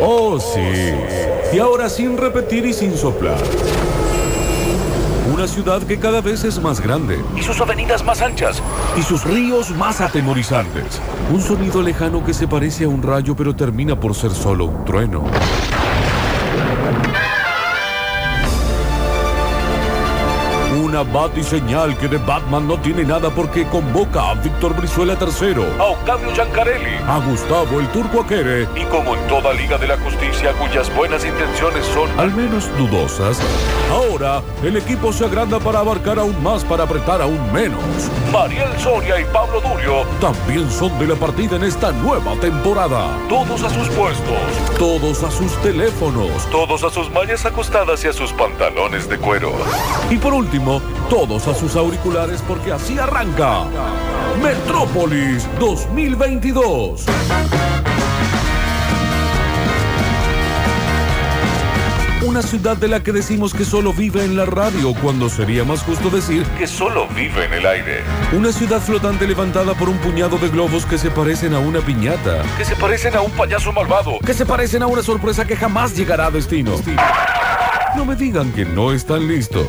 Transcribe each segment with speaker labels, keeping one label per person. Speaker 1: Oh, sí. Y ahora sin repetir y sin soplar. Una ciudad que cada vez es más grande
Speaker 2: y sus avenidas más anchas
Speaker 1: y sus ríos más atemorizantes. Un sonido lejano que se parece a un rayo pero termina por ser solo un trueno. Una bat y señal que de Batman no tiene nada porque convoca a Víctor Brizuela III,
Speaker 2: a Octavio Giancarelli
Speaker 1: a Gustavo el Turco Aquere,
Speaker 2: y como en toda Liga de la Justicia cuyas buenas intenciones son
Speaker 1: al menos dudosas. Ahora, el equipo se agranda para abarcar aún más para apretar aún menos.
Speaker 2: Mariel Soria y Pablo Durio,
Speaker 1: También son de la partida en esta nueva temporada.
Speaker 2: todos a sus puestos,
Speaker 1: Todos a sus teléfonos.
Speaker 2: todos a sus mallas acostadas y a sus pantalones de cuero.
Speaker 1: Y por último, todos a sus auriculares porque así arranca. Metrópolis 2022. Una ciudad de la que decimos que solo vive en la radio cuando sería más justo decir
Speaker 2: Que solo vive en el aire,
Speaker 1: una ciudad flotante levantada por un puñado de globos que se parecen a una piñata.
Speaker 2: que se parecen a un payaso malvado,
Speaker 1: que se parecen a una sorpresa que jamás llegará a destino. No me digan que no están listos.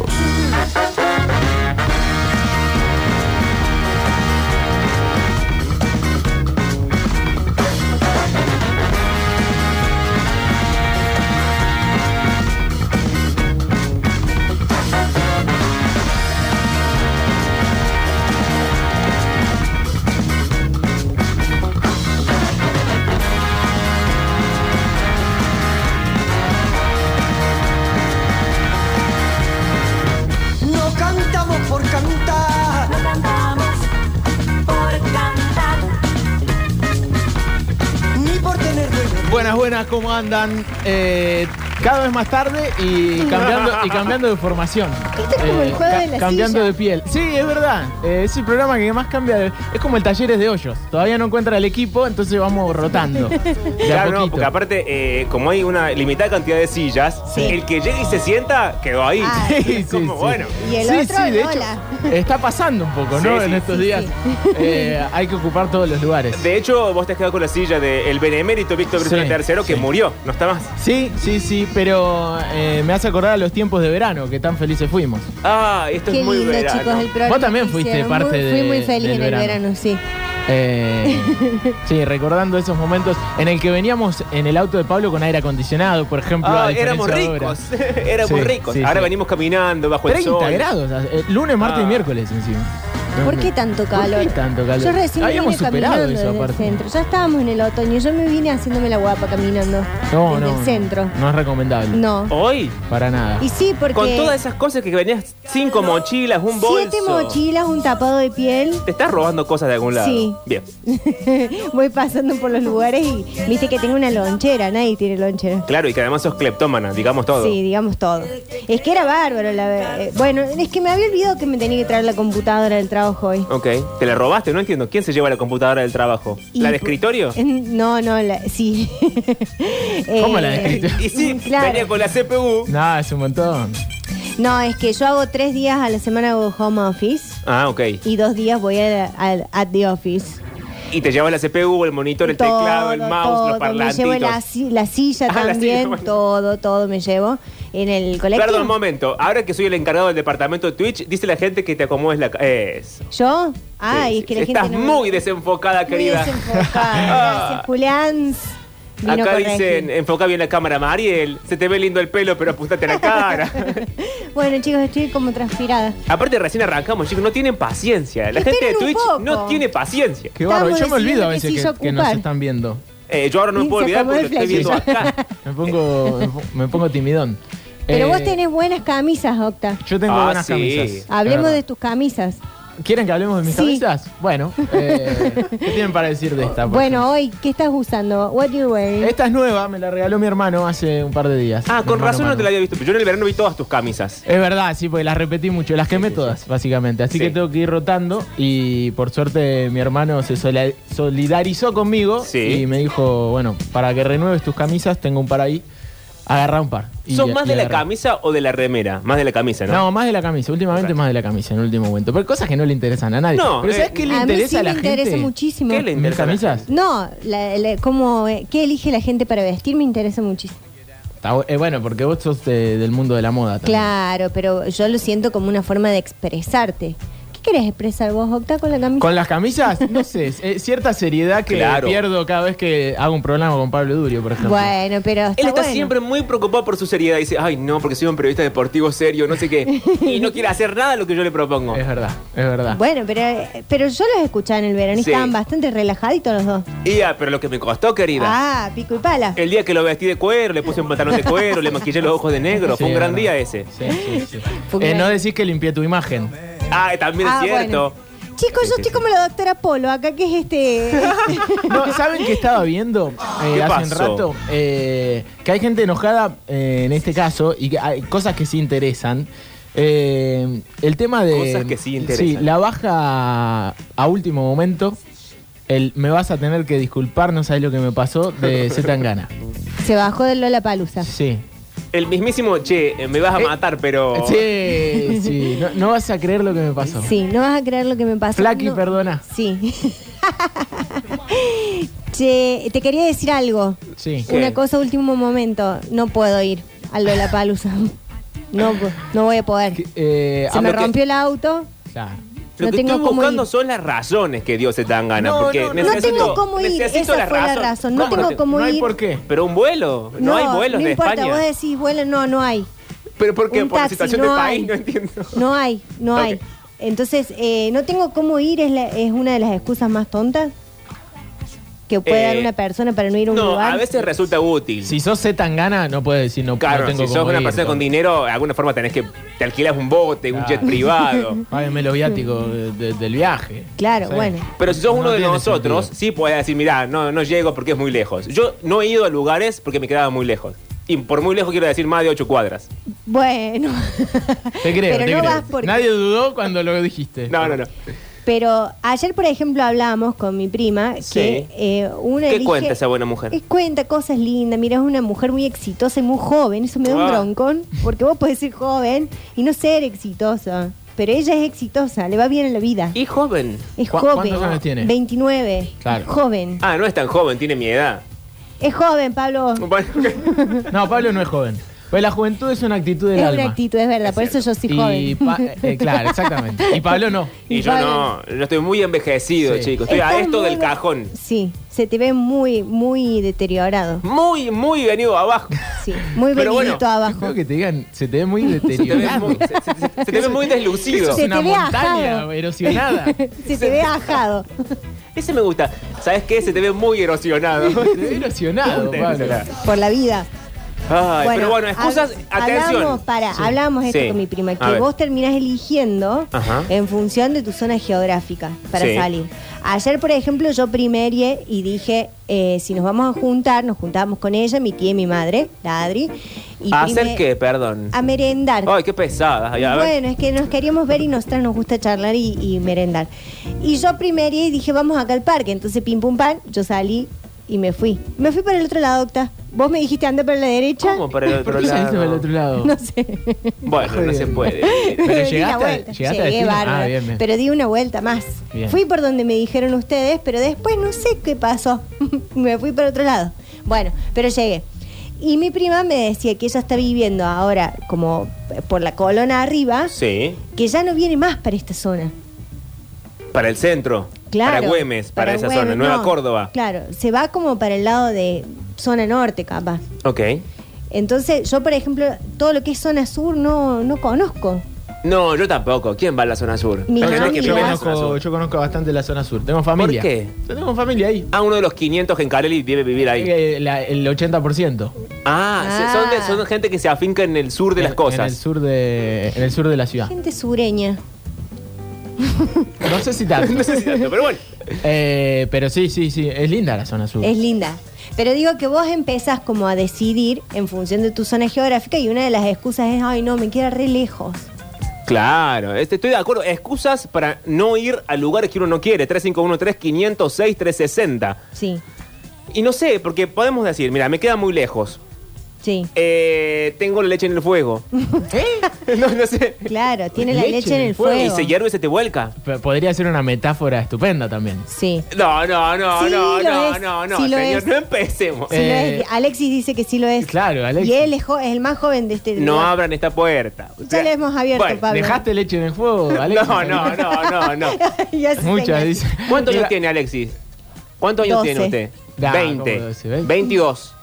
Speaker 3: No cantamos por cantar,
Speaker 4: No cantamos por cantar.
Speaker 3: ni por tener dueño.
Speaker 5: Buenas, buenas, ¿cómo andan? Eh, cada vez más tarde y cambiando, y cambiando de formación. Eh,
Speaker 6: Esto Este es como el juego de la
Speaker 5: Cambiando
Speaker 6: silla.
Speaker 5: de piel. Sí, es verdad. Eh, es el programa que más cambia. de- es como el Talleres de Hoyos. Todavía no encuentra el equipo, entonces vamos rotando. De a
Speaker 7: Claro, no,
Speaker 5: poquito.
Speaker 7: porque aparte, eh, como hay una limitada cantidad de sillas, el que llegue y se sienta quedó ahí.
Speaker 6: Ah,
Speaker 5: Sí, sí,
Speaker 7: Es como,
Speaker 5: sí.
Speaker 7: bueno.
Speaker 6: Y el
Speaker 5: Sí,
Speaker 6: otro,
Speaker 5: sí, de hecho,
Speaker 6: Lola.
Speaker 5: está pasando un poco,
Speaker 7: Sí,
Speaker 5: ¿no?
Speaker 7: sí,
Speaker 5: en estos
Speaker 6: sí,
Speaker 5: días Eh, hay que ocupar todos los lugares.
Speaker 7: De hecho, vos te has quedado con la silla del benemérito Víctor
Speaker 5: Sí,
Speaker 7: Brizuela III,
Speaker 5: sí.
Speaker 7: que murió, no está más.
Speaker 5: Sí, sí, sí, pero eh, me hace acordar a los tiempos de verano, que tan felices fuimos.
Speaker 7: Ah, esto
Speaker 6: Qué
Speaker 7: es muy
Speaker 6: lindo,
Speaker 7: verano. Ah,
Speaker 6: chicos, el programa.
Speaker 5: Vos también
Speaker 6: que
Speaker 5: fuiste
Speaker 6: hicieron.
Speaker 5: parte
Speaker 6: Muy-
Speaker 5: de-
Speaker 6: Fui muy feliz
Speaker 5: del
Speaker 6: en el
Speaker 5: verano.
Speaker 6: verano, sí.
Speaker 5: Eh, sí, recordando esos momentos en el que veníamos en el auto de Pablo con aire acondicionado, por ejemplo.
Speaker 7: Ah,
Speaker 5: a
Speaker 7: éramos
Speaker 5: diferencia de ahora.
Speaker 7: ricos. éramos
Speaker 5: Sí,
Speaker 7: ricos.
Speaker 5: sí,
Speaker 7: Ahora
Speaker 5: sí.
Speaker 7: venimos caminando bajo el
Speaker 5: 30
Speaker 7: sol.
Speaker 5: grados, eh, lunes, martes y
Speaker 7: Ah.
Speaker 5: miércoles encima.
Speaker 6: ¿Por qué tanto
Speaker 5: ¿Por qué
Speaker 6: calor?
Speaker 5: tanto calor?
Speaker 6: Yo recién me
Speaker 5: Habíamos
Speaker 6: vine
Speaker 5: superado
Speaker 6: caminando
Speaker 5: eso,
Speaker 6: desde
Speaker 5: aparte.
Speaker 6: el centro. Ya estábamos en el otoño. Yo me vine haciéndome la guapa caminando.
Speaker 5: No,
Speaker 6: desde
Speaker 5: no.
Speaker 6: el centro.
Speaker 5: No es recomendable.
Speaker 6: No.
Speaker 7: Hoy,
Speaker 5: Para nada.
Speaker 6: Y sí, porque.
Speaker 7: con todas esas cosas que venías, cinco mochilas, un bolso.
Speaker 6: Siete mochilas, un tapado de piel.
Speaker 7: Te estás robando cosas de algún lado.
Speaker 6: Sí.
Speaker 7: Bien.
Speaker 6: Voy pasando por los lugares y viste que tengo una lonchera. Nadie tiene lonchera.
Speaker 7: Claro, y que además sos cleptómana, digamos todo.
Speaker 6: Sí, digamos todo. Es que era bárbaro. La... ver- eh, Bueno, es que me había olvidado que me tenía que traer la computadora del trabajo hoy.
Speaker 7: Ok. Te la robaste, no entiendo. ¿Quién se lleva la computadora del trabajo?
Speaker 6: Y- eh,
Speaker 7: ¿La de escritorio?
Speaker 6: No, no, la- sí.
Speaker 5: ¿Cómo
Speaker 6: Eh,
Speaker 5: la descripción?
Speaker 7: Y sí,
Speaker 6: Claro.
Speaker 7: venía con la CPU.
Speaker 5: No, es un montón.
Speaker 6: No, es que yo hago tres días a la semana hago home office
Speaker 7: Ah, ok.
Speaker 6: y dos días voy al al- at the office.
Speaker 7: Y te lleva la CPU, el monitor, el
Speaker 6: Todo,
Speaker 7: teclado, el mouse,
Speaker 6: todo.
Speaker 7: los parlantitos.
Speaker 6: Me llevo la, si- la silla
Speaker 7: Ah, la
Speaker 6: también,
Speaker 7: silla, bueno.
Speaker 6: todo, todo me llevo en el colectivo.
Speaker 7: Perdón, un momento. Ahora que soy el encargado del departamento de Twitch, dice la gente que te acomodes la... ca- eh, Es,
Speaker 6: ¿Yo? Ay,
Speaker 7: Sí,
Speaker 6: es que
Speaker 7: sí.
Speaker 6: la gente
Speaker 7: Estás
Speaker 6: no-
Speaker 7: muy desenfocada,
Speaker 6: muy
Speaker 7: querida.
Speaker 6: desenfocada. Gracias, Julián. Vino
Speaker 7: Acá
Speaker 6: a corregir.
Speaker 7: dicen, eh, enfoca bien la cámara, Mariel. Se te ve lindo el pelo, pero apuntate a la cara.
Speaker 6: Bueno, chicos, estoy como transpirada.
Speaker 7: Aparte, recién arrancamos, chicos. No tienen paciencia. La gente de
Speaker 6: Esperen un
Speaker 7: Twitch
Speaker 6: poco.
Speaker 7: no tiene paciencia.
Speaker 5: Qué
Speaker 6: Estamos
Speaker 5: bárbaro. Yo me olvido a
Speaker 6: decidiendo que
Speaker 5: veces
Speaker 6: sí,
Speaker 5: que,
Speaker 6: yo
Speaker 5: que nos
Speaker 6: ocupar.
Speaker 5: están viendo.
Speaker 7: Eh, yo ahora no me
Speaker 6: Y
Speaker 7: puedo
Speaker 6: se
Speaker 7: olvidar
Speaker 6: acabó
Speaker 7: porque
Speaker 6: el
Speaker 7: lo estoy viendo
Speaker 6: flash.
Speaker 7: acá.
Speaker 5: Me pongo, me pongo- me pongo timidón.
Speaker 6: Pero
Speaker 5: Eh,
Speaker 6: vos tenés buenas camisas, Octa.
Speaker 5: Yo tengo
Speaker 7: Ah,
Speaker 5: buenas
Speaker 7: sí.
Speaker 5: camisas.
Speaker 6: Hablemos
Speaker 5: la
Speaker 6: de tus camisas.
Speaker 5: verdad. ¿Quieren que hablemos de mis
Speaker 6: Sí.
Speaker 5: camisas? Bueno, eh, ¿qué tienen para decir de esta? por
Speaker 6: Bueno, hoy, ¿qué estás usando? What you wearing?
Speaker 5: Esta es nueva, me la regaló mi hermano hace un par de días.
Speaker 7: Ah,
Speaker 5: Mi
Speaker 7: con
Speaker 5: hermano
Speaker 7: razón no
Speaker 5: Manu.
Speaker 7: te la había visto. Yo en el verano vi todas tus camisas.
Speaker 5: Es verdad, sí, porque las repetí mucho, las quemé todas, básicamente. Así
Speaker 7: Sí.
Speaker 5: que tengo que ir rotando y por suerte mi hermano se sola- solidarizó conmigo
Speaker 7: Sí.
Speaker 5: y me dijo, bueno, para que renueves tus camisas, tengo un par ahí. agarrar un par. y-
Speaker 7: ¿Son
Speaker 5: y
Speaker 7: más de la
Speaker 5: agarrá.
Speaker 7: camisa o de la remera? Más de la camisa, ¿no?
Speaker 5: No, más de la camisa. Últimamente más de la camisa en el último momento. Pero cosas que no le interesan a nadie.
Speaker 7: No,
Speaker 5: Pero
Speaker 7: eh,
Speaker 5: ¿sabes qué le
Speaker 6: a mí
Speaker 5: interesa
Speaker 6: sí
Speaker 5: a la
Speaker 6: me interesa
Speaker 5: gente?
Speaker 6: muchísimo.
Speaker 7: ¿Qué le
Speaker 5: ¿Mis
Speaker 7: interesa? a la
Speaker 5: camisas?
Speaker 7: gente?
Speaker 6: No, la- la- cómo, eh, qué elige la gente para vestir me interesa muchísimo.
Speaker 5: Está bu- eh, bueno, porque vos sos de- del mundo de la moda. también.
Speaker 6: Claro, pero yo lo siento como una forma de expresarte. ¿Qué querés expresar vos, Octa, con la camisa?
Speaker 5: Con las camisas, no sé, es- eh, cierta seriedad que
Speaker 7: Claro.
Speaker 5: pierdo cada vez que hago un programa con Pablo Durio, por ejemplo.
Speaker 6: Bueno, pero está,
Speaker 7: Él está
Speaker 6: Ah, bueno.
Speaker 7: siempre muy preocupado por su seriedad. Dice, ay, no, porque soy un periodista deportivo serio, no sé qué. Y no quiere hacer nada de lo que yo le propongo.
Speaker 5: Es verdad, es verdad.
Speaker 6: Bueno, pero, eh, pero yo los escuchaba en el verano y
Speaker 7: Sí.
Speaker 6: estaban bastante relajaditos los dos.
Speaker 7: Y, ah, pero lo que me costó, querida.
Speaker 6: Ah, pico y pala.
Speaker 7: El día que lo vestí de cuero, le puse un pantalón de cuero, le maquillé los ojos de negro.
Speaker 5: Sí,
Speaker 7: Fue un
Speaker 5: es
Speaker 7: gran
Speaker 5: verdad.
Speaker 7: día ese.
Speaker 5: Sí, sí, sí.
Speaker 6: Fue un
Speaker 5: Eh,
Speaker 6: gran-
Speaker 5: no decís que limpié tu imagen.
Speaker 7: Ah, también
Speaker 6: Ah,
Speaker 7: es cierto.
Speaker 6: bueno. Chicos,
Speaker 7: Sí,
Speaker 6: yo
Speaker 7: sí,
Speaker 6: estoy como la doctora Polo, acá que es este...
Speaker 5: No, ¿saben qué estaba viendo eh,
Speaker 7: ¿Qué
Speaker 5: hace un
Speaker 7: pasó?
Speaker 5: rato? Eh, que hay gente enojada eh, en este caso y que hay cosas que sí interesan. Eh, el tema de.
Speaker 7: Cosas que sí interesan.
Speaker 5: Sí, la baja a último momento. El me vas a tener que disculpar, no sabes lo que me pasó, de Zetangana.
Speaker 6: Se bajó de Lola Palusa.
Speaker 5: Sí.
Speaker 7: El mismísimo, che, eh, me vas a
Speaker 5: Eh,
Speaker 7: matar, pero.
Speaker 5: Sí, sí. No, no vas a creer lo que me pasó.
Speaker 6: Sí, no vas a creer lo que me pasó.
Speaker 5: Flaky,
Speaker 6: No.
Speaker 5: perdona.
Speaker 6: Sí. che, te quería decir algo.
Speaker 5: Sí.
Speaker 7: ¿Qué?
Speaker 6: Una cosa, último momento. No puedo ir a Lola Palusa. No, pu- no voy a poder.
Speaker 5: Que, eh,
Speaker 6: Se me
Speaker 7: lo que-
Speaker 6: rompió el auto.
Speaker 5: Claro.
Speaker 7: Lo
Speaker 6: No
Speaker 7: que
Speaker 6: tengo
Speaker 7: estoy
Speaker 6: cómo
Speaker 7: buscando
Speaker 6: ir.
Speaker 7: son las razones que Dios se dan ganas.
Speaker 5: No,
Speaker 7: porque
Speaker 5: no, no. No
Speaker 6: No
Speaker 7: necesito,
Speaker 6: tengo cómo ir.
Speaker 7: necesito
Speaker 6: Esa fue la
Speaker 7: razón.
Speaker 6: razón. No
Speaker 7: ¿Cómo
Speaker 6: tengo
Speaker 7: te-
Speaker 6: cómo
Speaker 5: No hay
Speaker 6: ir.
Speaker 5: por qué.
Speaker 7: Pero un vuelo. No, hay vuelos
Speaker 6: no
Speaker 7: de
Speaker 6: importa,
Speaker 7: España.
Speaker 6: vos decís vuelo, no, no hay.
Speaker 7: Pero ¿por qué?
Speaker 6: Un
Speaker 7: Por la
Speaker 6: taxi,
Speaker 7: situación
Speaker 6: no
Speaker 7: del
Speaker 6: hay.
Speaker 7: país, no entiendo.
Speaker 6: No hay, no
Speaker 7: Ok.
Speaker 6: hay. Entonces, eh, no tengo cómo ir, es, la- es una de las excusas más tontas que puede
Speaker 7: Eh,
Speaker 6: dar una persona para no ir a un
Speaker 7: No,
Speaker 6: lugar.
Speaker 7: a veces resulta útil.
Speaker 5: Si sos Zetangana, no puedes decir no,
Speaker 7: claro,
Speaker 5: no tengo
Speaker 7: si sos
Speaker 5: cómo
Speaker 7: una
Speaker 5: ir,
Speaker 7: persona con
Speaker 5: entonces.
Speaker 7: dinero, de alguna forma tenés que. Te alquilas un bote, un jet
Speaker 5: Claro.
Speaker 7: privado.
Speaker 5: Págame los
Speaker 6: Mm.
Speaker 5: viáticos de- de- del viaje.
Speaker 6: Claro, bueno.
Speaker 7: Pero si sos
Speaker 5: No
Speaker 7: uno de
Speaker 5: tiene
Speaker 7: nosotros,
Speaker 5: sentido.
Speaker 7: sí podés decir, mirá, no, no llego porque es muy lejos. Yo no he ido a lugares porque me quedaba muy lejos. Y por muy lejos quiero decir más de ocho cuadras.
Speaker 6: Bueno.
Speaker 5: Te creo,
Speaker 6: Pero
Speaker 5: te
Speaker 6: no
Speaker 5: creo.
Speaker 6: vas porque-
Speaker 5: Nadie dudó cuando lo dijiste.
Speaker 7: No, no, no.
Speaker 6: Pero ayer, por ejemplo, hablábamos con mi prima que
Speaker 7: Sí.
Speaker 6: eh, una
Speaker 7: ¿Qué
Speaker 6: elige-
Speaker 7: cuenta esa buena mujer?
Speaker 6: Eh, cuenta cosas lindas, mira, es una mujer muy exitosa y muy joven, eso me da un
Speaker 7: Ah.
Speaker 6: broncón, porque vos podés ser joven y no ser exitosa, pero ella es exitosa, le va bien en la vida.
Speaker 7: Y joven.
Speaker 6: Es
Speaker 5: ¿Cu-
Speaker 6: joven.
Speaker 5: cuántos años tiene?
Speaker 6: 29.
Speaker 5: Claro.
Speaker 6: Joven.
Speaker 7: Ah, no es tan joven, tiene mi edad.
Speaker 6: Es joven, Pablo.
Speaker 7: Bueno,
Speaker 5: No, Pablo no es joven. Pues la juventud es una actitud del
Speaker 6: es
Speaker 5: alma.
Speaker 6: una actitud, es verdad, por eso yo soy
Speaker 5: y
Speaker 6: joven.
Speaker 5: pa- eh, claro, exactamente. Y Pablo no.
Speaker 7: y yo no, yo estoy muy envejecido,
Speaker 5: Sí.
Speaker 7: chicos. Estoy a
Speaker 6: Estás
Speaker 7: esto
Speaker 6: muy
Speaker 7: del
Speaker 6: ve-
Speaker 7: cajón.
Speaker 6: Sí, se te ve muy, muy deteriorado.
Speaker 7: Muy, muy venido abajo.
Speaker 6: Sí, muy
Speaker 7: Pero bueno,
Speaker 6: venidito abajo.
Speaker 5: Creo que te digan, se te ve muy
Speaker 7: Se te ve
Speaker 5: deteriorado.
Speaker 7: muy, se- se- se- se te ve muy deslucido.
Speaker 5: Es
Speaker 6: Se
Speaker 5: una
Speaker 6: te ve
Speaker 5: montaña
Speaker 6: ajado.
Speaker 5: erosionada.
Speaker 6: se, te ve ajado.
Speaker 7: Ese me gusta. ¿Sabes qué? Se te ve muy erosionado.
Speaker 5: Se te ve erosionado, Pablo.
Speaker 6: Por la vida.
Speaker 7: Ay, pero bueno, excusas,
Speaker 6: hab-
Speaker 7: atención.
Speaker 6: Hablamos, para, hablamos esto
Speaker 7: Sí.
Speaker 6: con mi prima,
Speaker 7: A
Speaker 6: que
Speaker 7: ver.
Speaker 6: vos terminás eligiendo
Speaker 7: Ajá.
Speaker 6: en función de tu zona geográfica para
Speaker 7: Sí.
Speaker 6: salir. Ayer, por ejemplo, yo primerie y dije, eh, si nos vamos a juntar, nos juntábamos con ella, mi tía y mi madre, la Adri. Y
Speaker 7: ¿A hacer
Speaker 6: primer-
Speaker 7: qué? Perdón.
Speaker 6: A merendar.
Speaker 7: Ay, qué pesada. Ay, a ver.
Speaker 6: Bueno, es que nos queríamos ver y nosotras nos gusta charlar y, y merendar. Y yo primería y dije, vamos acá al parque. Entonces, pim pum pan, yo salí y me fui. Me fui para el otro lado, Octa. Vos me dijiste anda para la derecha.
Speaker 7: ¿Cómo para el
Speaker 5: ¿Por
Speaker 7: otro
Speaker 5: qué saliste
Speaker 7: lado?
Speaker 5: para el otro lado?
Speaker 6: No sé.
Speaker 7: Bueno, no se puede.
Speaker 5: Pero
Speaker 6: Di la
Speaker 5: llegaste, a-
Speaker 6: vuelta.
Speaker 5: llegaste a
Speaker 6: Llegué
Speaker 5: destino.
Speaker 6: bárbaro,
Speaker 5: Ah, bien, bien.
Speaker 6: Pero di una vuelta más.
Speaker 5: Bien.
Speaker 6: Fui por donde me dijeron ustedes, pero después no sé qué pasó. me fui para otro lado. Bueno, pero llegué. Y mi prima me decía que ella está viviendo ahora como por la colona arriba,
Speaker 7: Sí,
Speaker 6: que ya no viene más para esta zona.
Speaker 7: para el centro.
Speaker 6: Claro.
Speaker 7: Para Güemes, para, esa
Speaker 6: Güemes,
Speaker 7: zona. Nueva
Speaker 6: no.
Speaker 7: Córdoba.
Speaker 6: Claro, se va como para el lado de zona norte, capaz.
Speaker 7: Ok.
Speaker 6: Entonces, yo, por ejemplo, todo lo que es zona sur no, no conozco.
Speaker 7: No, yo tampoco. ¿Quién va a la zona sur?
Speaker 6: Mi
Speaker 7: Yo creo
Speaker 5: Yo,
Speaker 7: que
Speaker 6: familia.
Speaker 7: vive en la zona
Speaker 5: conozco,
Speaker 7: sur.
Speaker 5: yo conozco bastante la zona sur. Tengo familia.
Speaker 7: ¿Por qué?
Speaker 5: Yo tengo familia ahí.
Speaker 7: Ah, uno de los 500 que en Carelli debe vivir ahí.
Speaker 5: Eh, la- el 80%.
Speaker 7: Ah, se- Son, de- son gente que se afinca en el sur de las
Speaker 5: En-
Speaker 7: cosas.
Speaker 5: En el sur de, en el sur de la ciudad.
Speaker 6: Gente sureña.
Speaker 5: No sé si tanto.
Speaker 7: No sé si tanto, pero bueno.
Speaker 5: Eh, pero sí, sí, sí. Es linda la zona sur.
Speaker 6: Es linda. Pero digo que vos empezás como a decidir en función de tu zona geográfica y una de las excusas es, ay, no, me queda re lejos.
Speaker 7: Claro, este, estoy de acuerdo. Excusas para no ir a lugares que uno no quiere. 351-3506-360.
Speaker 6: Sí,
Speaker 7: Y no sé, porque podemos decir, mira, me queda muy lejos.
Speaker 6: Sí.
Speaker 7: Eh, tengo la leche en el fuego. no, no sé.
Speaker 6: Claro, tiene la
Speaker 5: Leche
Speaker 6: leche en
Speaker 5: en
Speaker 6: el
Speaker 5: fuego.
Speaker 6: ¿Eh? fuego.
Speaker 7: Y se hierve y se te vuelca.
Speaker 5: P- Podría ser una metáfora estupenda también.
Speaker 6: Sí.
Speaker 7: No, no, no,
Speaker 6: Sí,
Speaker 7: no,
Speaker 6: lo
Speaker 7: no,
Speaker 6: es,
Speaker 7: no, no,
Speaker 6: sí lo
Speaker 7: señor,
Speaker 6: es.
Speaker 7: no empecemos.
Speaker 6: Sí
Speaker 5: Eh,
Speaker 6: lo es. Alexis dice que sí lo es.
Speaker 5: Claro, Alexis.
Speaker 6: Y él es, jo- es el más joven de este.
Speaker 7: No
Speaker 6: lugar.
Speaker 7: abran esta puerta. O
Speaker 6: Ya
Speaker 7: sea,
Speaker 6: la hemos abierto,
Speaker 7: bueno,
Speaker 6: Pablo.
Speaker 5: ¿Dejaste leche en el fuego, Alexis?
Speaker 7: No, no, no, no, no.
Speaker 6: Ya se
Speaker 5: Muchas,
Speaker 6: señala.
Speaker 5: dice.
Speaker 7: ¿Cuántos años tiene Alexis? ¿Cuántos años
Speaker 6: Doce.
Speaker 7: tiene usted?
Speaker 5: Da,
Speaker 7: Veinte.
Speaker 5: ¿cómo doce? Veinte.
Speaker 7: 22.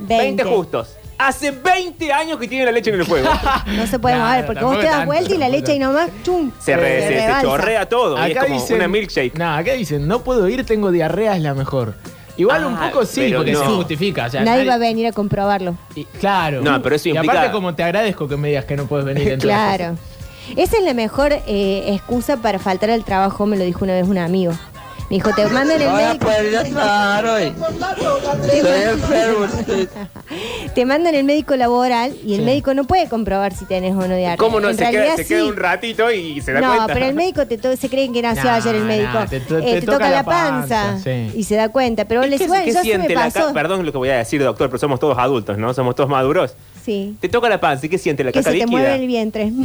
Speaker 6: 20.
Speaker 7: 20 justos. Hace 20 años que tiene la leche en el fuego.
Speaker 6: No se puede
Speaker 5: Nah,
Speaker 6: mover porque vos
Speaker 5: tampoco
Speaker 6: te das
Speaker 5: tanto,
Speaker 6: vuelta y la
Speaker 5: tampoco
Speaker 6: leche ahí nomás, chum.
Speaker 7: se, re- se- se
Speaker 6: rebalsa.
Speaker 7: chorrea todo. y es como una milkshake.
Speaker 5: No, acá dicen, no puedo ir, tengo diarrea, es la mejor. Igual un
Speaker 7: Ah,
Speaker 5: poco sí,
Speaker 7: pero
Speaker 5: porque
Speaker 7: no.
Speaker 5: se justifica. o sea,
Speaker 6: Nadie va a
Speaker 5: nadie-
Speaker 6: venir a comprobarlo.
Speaker 5: y- claro.
Speaker 7: No, pero eso
Speaker 5: Y
Speaker 7: implica-
Speaker 5: aparte, como te agradezco que me digas que no puedes venir. entonces.
Speaker 6: Claro. Esa es la mejor eh, excusa para faltar al trabajo, me lo dijo una vez un amigo. Me dijo, te mandan el mail. Te mandan el médico laboral y el
Speaker 5: Sí.
Speaker 6: médico no puede comprobar si tenés o no diarrea.
Speaker 7: ¿Cómo no?
Speaker 6: En
Speaker 7: Se queda,
Speaker 6: realidad,
Speaker 7: se queda
Speaker 6: sí.
Speaker 7: un ratito y se da
Speaker 6: no,
Speaker 7: cuenta.
Speaker 6: pero el médico te to- se cree que nació
Speaker 5: Nah,
Speaker 6: ayer el médico.
Speaker 5: nah, te to-
Speaker 6: Eh,
Speaker 5: te
Speaker 6: toca, la panza,
Speaker 5: sí.
Speaker 6: y se da cuenta. Pero vos le
Speaker 7: ¿Qué,
Speaker 6: decís, bueno,
Speaker 7: qué
Speaker 6: ya se
Speaker 7: siente
Speaker 6: me
Speaker 7: la ca-
Speaker 6: pasó.
Speaker 7: Perdón lo que voy a decir, doctor, pero somos todos adultos, ¿no? Somos todos maduros.
Speaker 6: Sí.
Speaker 7: Te toca la panza y ¿qué siente la
Speaker 6: Que
Speaker 7: caca
Speaker 6: se te
Speaker 7: líquida?
Speaker 6: mueve el vientre.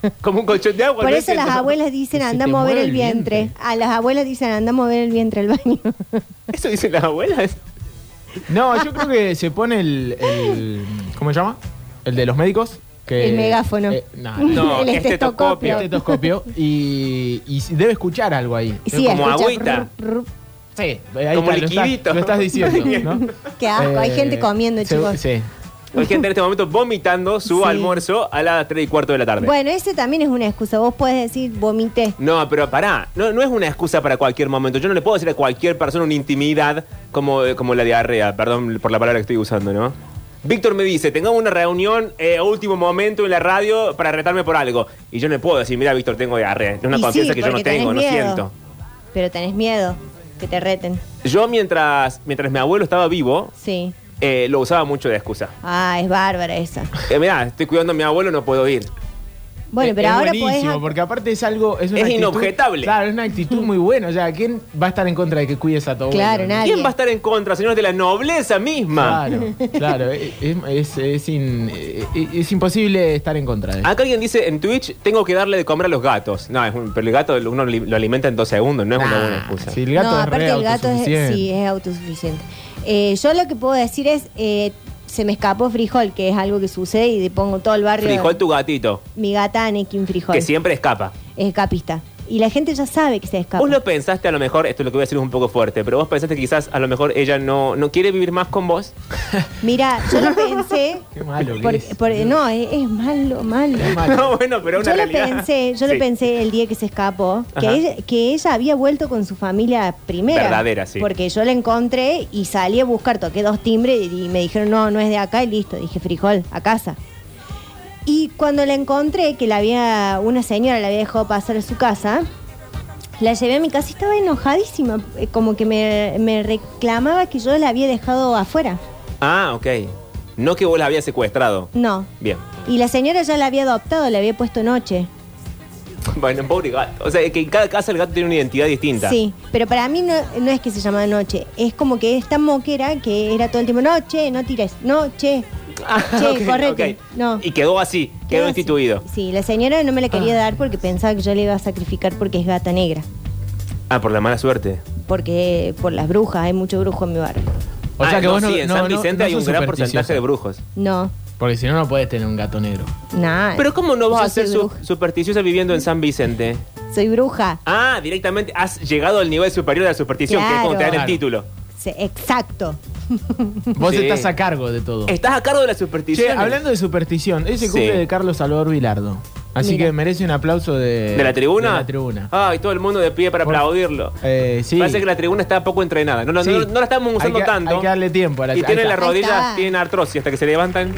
Speaker 7: Como un colchón de agua.
Speaker 6: Por
Speaker 7: ¿no?
Speaker 6: eso las
Speaker 7: Siento-
Speaker 6: abuelas dicen,
Speaker 5: Que se
Speaker 6: anda a
Speaker 5: te
Speaker 6: mover
Speaker 5: mueve
Speaker 6: el
Speaker 5: el
Speaker 6: vientre.
Speaker 5: vientre.
Speaker 6: A las abuelas dicen, anda a mover el vientre al baño.
Speaker 7: ¿Eso dicen las abuelas?
Speaker 5: No, yo creo que se pone el, el- ¿Cómo se llama? El de los médicos. Que,
Speaker 6: El megáfono.
Speaker 5: Eh, no, Este no.
Speaker 7: No,
Speaker 6: el
Speaker 5: El
Speaker 6: estetoscopio.
Speaker 7: estetoscopio.
Speaker 5: estetoscopio y, y si- debe escuchar algo ahí.
Speaker 6: Y sí,
Speaker 7: como
Speaker 6: escucha,
Speaker 7: agüita.
Speaker 6: rrr, rrr.
Speaker 5: Sí, ahí
Speaker 7: Como
Speaker 5: está, lo, estás-
Speaker 7: liquidito.
Speaker 5: lo estás diciendo, ¿no?
Speaker 6: Qué asco, hay gente comiendo,
Speaker 5: se-
Speaker 6: chicos.
Speaker 5: Sí.
Speaker 7: Hay gente en este momento vomitando su
Speaker 6: Sí.
Speaker 7: almuerzo a las 3 y cuarto de la tarde.
Speaker 6: Bueno, ese también es una excusa. Vos podés decir, vomité.
Speaker 7: No, pero pará, no, no es una excusa para cualquier momento. Yo no le puedo decir a cualquier persona una intimidad como, eh, como la diarrea, perdón por la palabra que estoy usando, ¿no? Víctor me dice, tengamos una reunión eh, a último momento en la radio para retarme por algo. Y yo no le puedo decir, mira, Víctor, tengo diarrea. Es una
Speaker 6: Y sí,
Speaker 7: confianza que yo no
Speaker 6: porque tenés
Speaker 7: tengo, no
Speaker 6: miedo.
Speaker 7: siento.
Speaker 6: Pero tenés miedo que te reten.
Speaker 7: Yo mientras, mientras mi abuelo estaba vivo,
Speaker 6: Sí.
Speaker 7: eh, lo usaba mucho de excusa.
Speaker 6: Ah, es bárbara esa.
Speaker 7: Eh, mirá, estoy cuidando a mi abuelo, no puedo ir.
Speaker 6: Bueno,
Speaker 5: Es-
Speaker 6: pero
Speaker 5: es
Speaker 6: ahora podés.
Speaker 5: buenísimo,
Speaker 6: ac-
Speaker 5: porque aparte es algo... Es, una
Speaker 7: Es
Speaker 5: actitud-
Speaker 7: inobjetable.
Speaker 5: Claro, es una actitud muy buena. O sea, ¿quién va a estar en contra de que cuides a tu
Speaker 6: Claro,
Speaker 5: abuelo?
Speaker 6: nadie.
Speaker 7: ¿Quién va a estar en contra, señores, de la nobleza misma?
Speaker 5: Claro, claro. Es, es- es in- es- es imposible estar en contra de eso.
Speaker 7: Acá alguien dice en Twitch, tengo que darle de comer a los gatos. No, es un- pero el gato uno li- lo alimenta en dos segundos, no es una buena
Speaker 5: Ah,
Speaker 7: excusa.
Speaker 5: Si el gato
Speaker 6: no,
Speaker 5: es
Speaker 6: aparte
Speaker 5: re
Speaker 6: el gato es,
Speaker 5: autosuficiente.
Speaker 6: sí, es autosuficiente. Eh, yo lo que puedo decir es, eh, se me escapó frijol, que es algo que sucede y le pongo todo el barrio.
Speaker 7: Frijol tu gatito,
Speaker 6: Mi gata Anekin Frijol.
Speaker 7: que siempre escapa.
Speaker 6: Es escapista. Y la gente ya sabe que se escapa.
Speaker 7: Vos lo pensaste a lo mejor, esto lo que voy a decir es un poco fuerte, pero vos pensaste que quizás a lo mejor ella no, no quiere vivir más con vos.
Speaker 6: Mira, yo lo pensé.
Speaker 5: Qué malo que
Speaker 6: por-
Speaker 5: es.
Speaker 6: por- no, es, es malo, malo.
Speaker 5: Es malo.
Speaker 7: No, bueno, pero es una
Speaker 6: Yo lo
Speaker 7: realidad.
Speaker 6: pensé, yo
Speaker 7: Sí.
Speaker 6: lo pensé el día que se escapó, que
Speaker 7: Ajá.
Speaker 6: ella, que ella había vuelto con su familia primera.
Speaker 7: Verdadera, sí.
Speaker 6: Porque yo la encontré y salí a buscar, toqué dos timbres y, y me dijeron, no, no es de acá y listo. Dije, frijol, a casa. Y cuando la encontré, que la había, una señora la había dejado pasar a su casa, la llevé a mi casa y estaba enojadísima, eh, como que me, me reclamaba que yo la había dejado afuera.
Speaker 7: Ah, ok. No que vos la habías secuestrado.
Speaker 6: No.
Speaker 7: Bien.
Speaker 6: Y la señora ya la había adoptado, la había puesto noche.
Speaker 7: Bueno, pobre gato. O sea, es que en cada casa el gato tiene una identidad distinta.
Speaker 6: Sí, pero para mí no, no es que se llamaba Noche, es como que esta moquera que era todo el tiempo Noche, no tires, Noche.
Speaker 7: Ah,
Speaker 6: Che,
Speaker 7: ok,
Speaker 6: correte.
Speaker 7: ok.
Speaker 6: No.
Speaker 7: Y quedó así, quedó,
Speaker 6: así.
Speaker 7: instituido.
Speaker 6: Sí, la señora no me la quería dar porque pensaba que yo le iba a sacrificar porque es gata negra,
Speaker 7: Ah, por la mala suerte.
Speaker 6: porque por las brujas, hay mucho brujo en mi barrio.
Speaker 5: O sea
Speaker 7: Ah,
Speaker 5: que
Speaker 7: no,
Speaker 5: vos no,
Speaker 7: sí, en
Speaker 5: no-
Speaker 7: San
Speaker 5: no-
Speaker 7: Vicente
Speaker 5: no
Speaker 7: hay un
Speaker 5: sos
Speaker 7: gran porcentaje de
Speaker 5: supersticiosa.
Speaker 7: brujos.
Speaker 6: No,
Speaker 5: Porque si no, no podés tener un gato negro.
Speaker 6: nada.
Speaker 7: Pero ¿cómo no vas
Speaker 6: Yo
Speaker 7: a ser
Speaker 6: soy
Speaker 7: su-
Speaker 6: bruja.
Speaker 7: supersticiosa viviendo en San Vicente?
Speaker 6: Soy bruja.
Speaker 7: Ah, directamente has llegado al nivel superior de la superstición, que es cuando te dan el
Speaker 5: Claro.
Speaker 7: título.
Speaker 6: Sí, exacto.
Speaker 5: Vos
Speaker 7: Sí.
Speaker 5: estás a cargo de todo.
Speaker 7: Estás a cargo de la
Speaker 5: Che,
Speaker 7: superstición.
Speaker 5: hablando de superstición, es el
Speaker 7: Sí.
Speaker 5: cumple de Carlos Salvador Vilardo. Así
Speaker 6: Mira.
Speaker 5: que merece un aplauso de...
Speaker 7: ¿De la tribuna?
Speaker 5: De la tribuna.
Speaker 7: Ay, todo el mundo de pie para
Speaker 5: Por-
Speaker 7: aplaudirlo.
Speaker 5: Eh, sí.
Speaker 7: Parece que la tribuna está poco entrenada. No, no,
Speaker 5: Sí.
Speaker 7: no- no la estamos
Speaker 5: Hay
Speaker 7: usando
Speaker 5: que-
Speaker 7: tanto.
Speaker 5: hay que darle tiempo a la-
Speaker 7: Y
Speaker 5: ahí
Speaker 7: tienen
Speaker 5: está.
Speaker 7: las rodillas,
Speaker 6: está.
Speaker 7: tienen artrosis hasta que se levantan.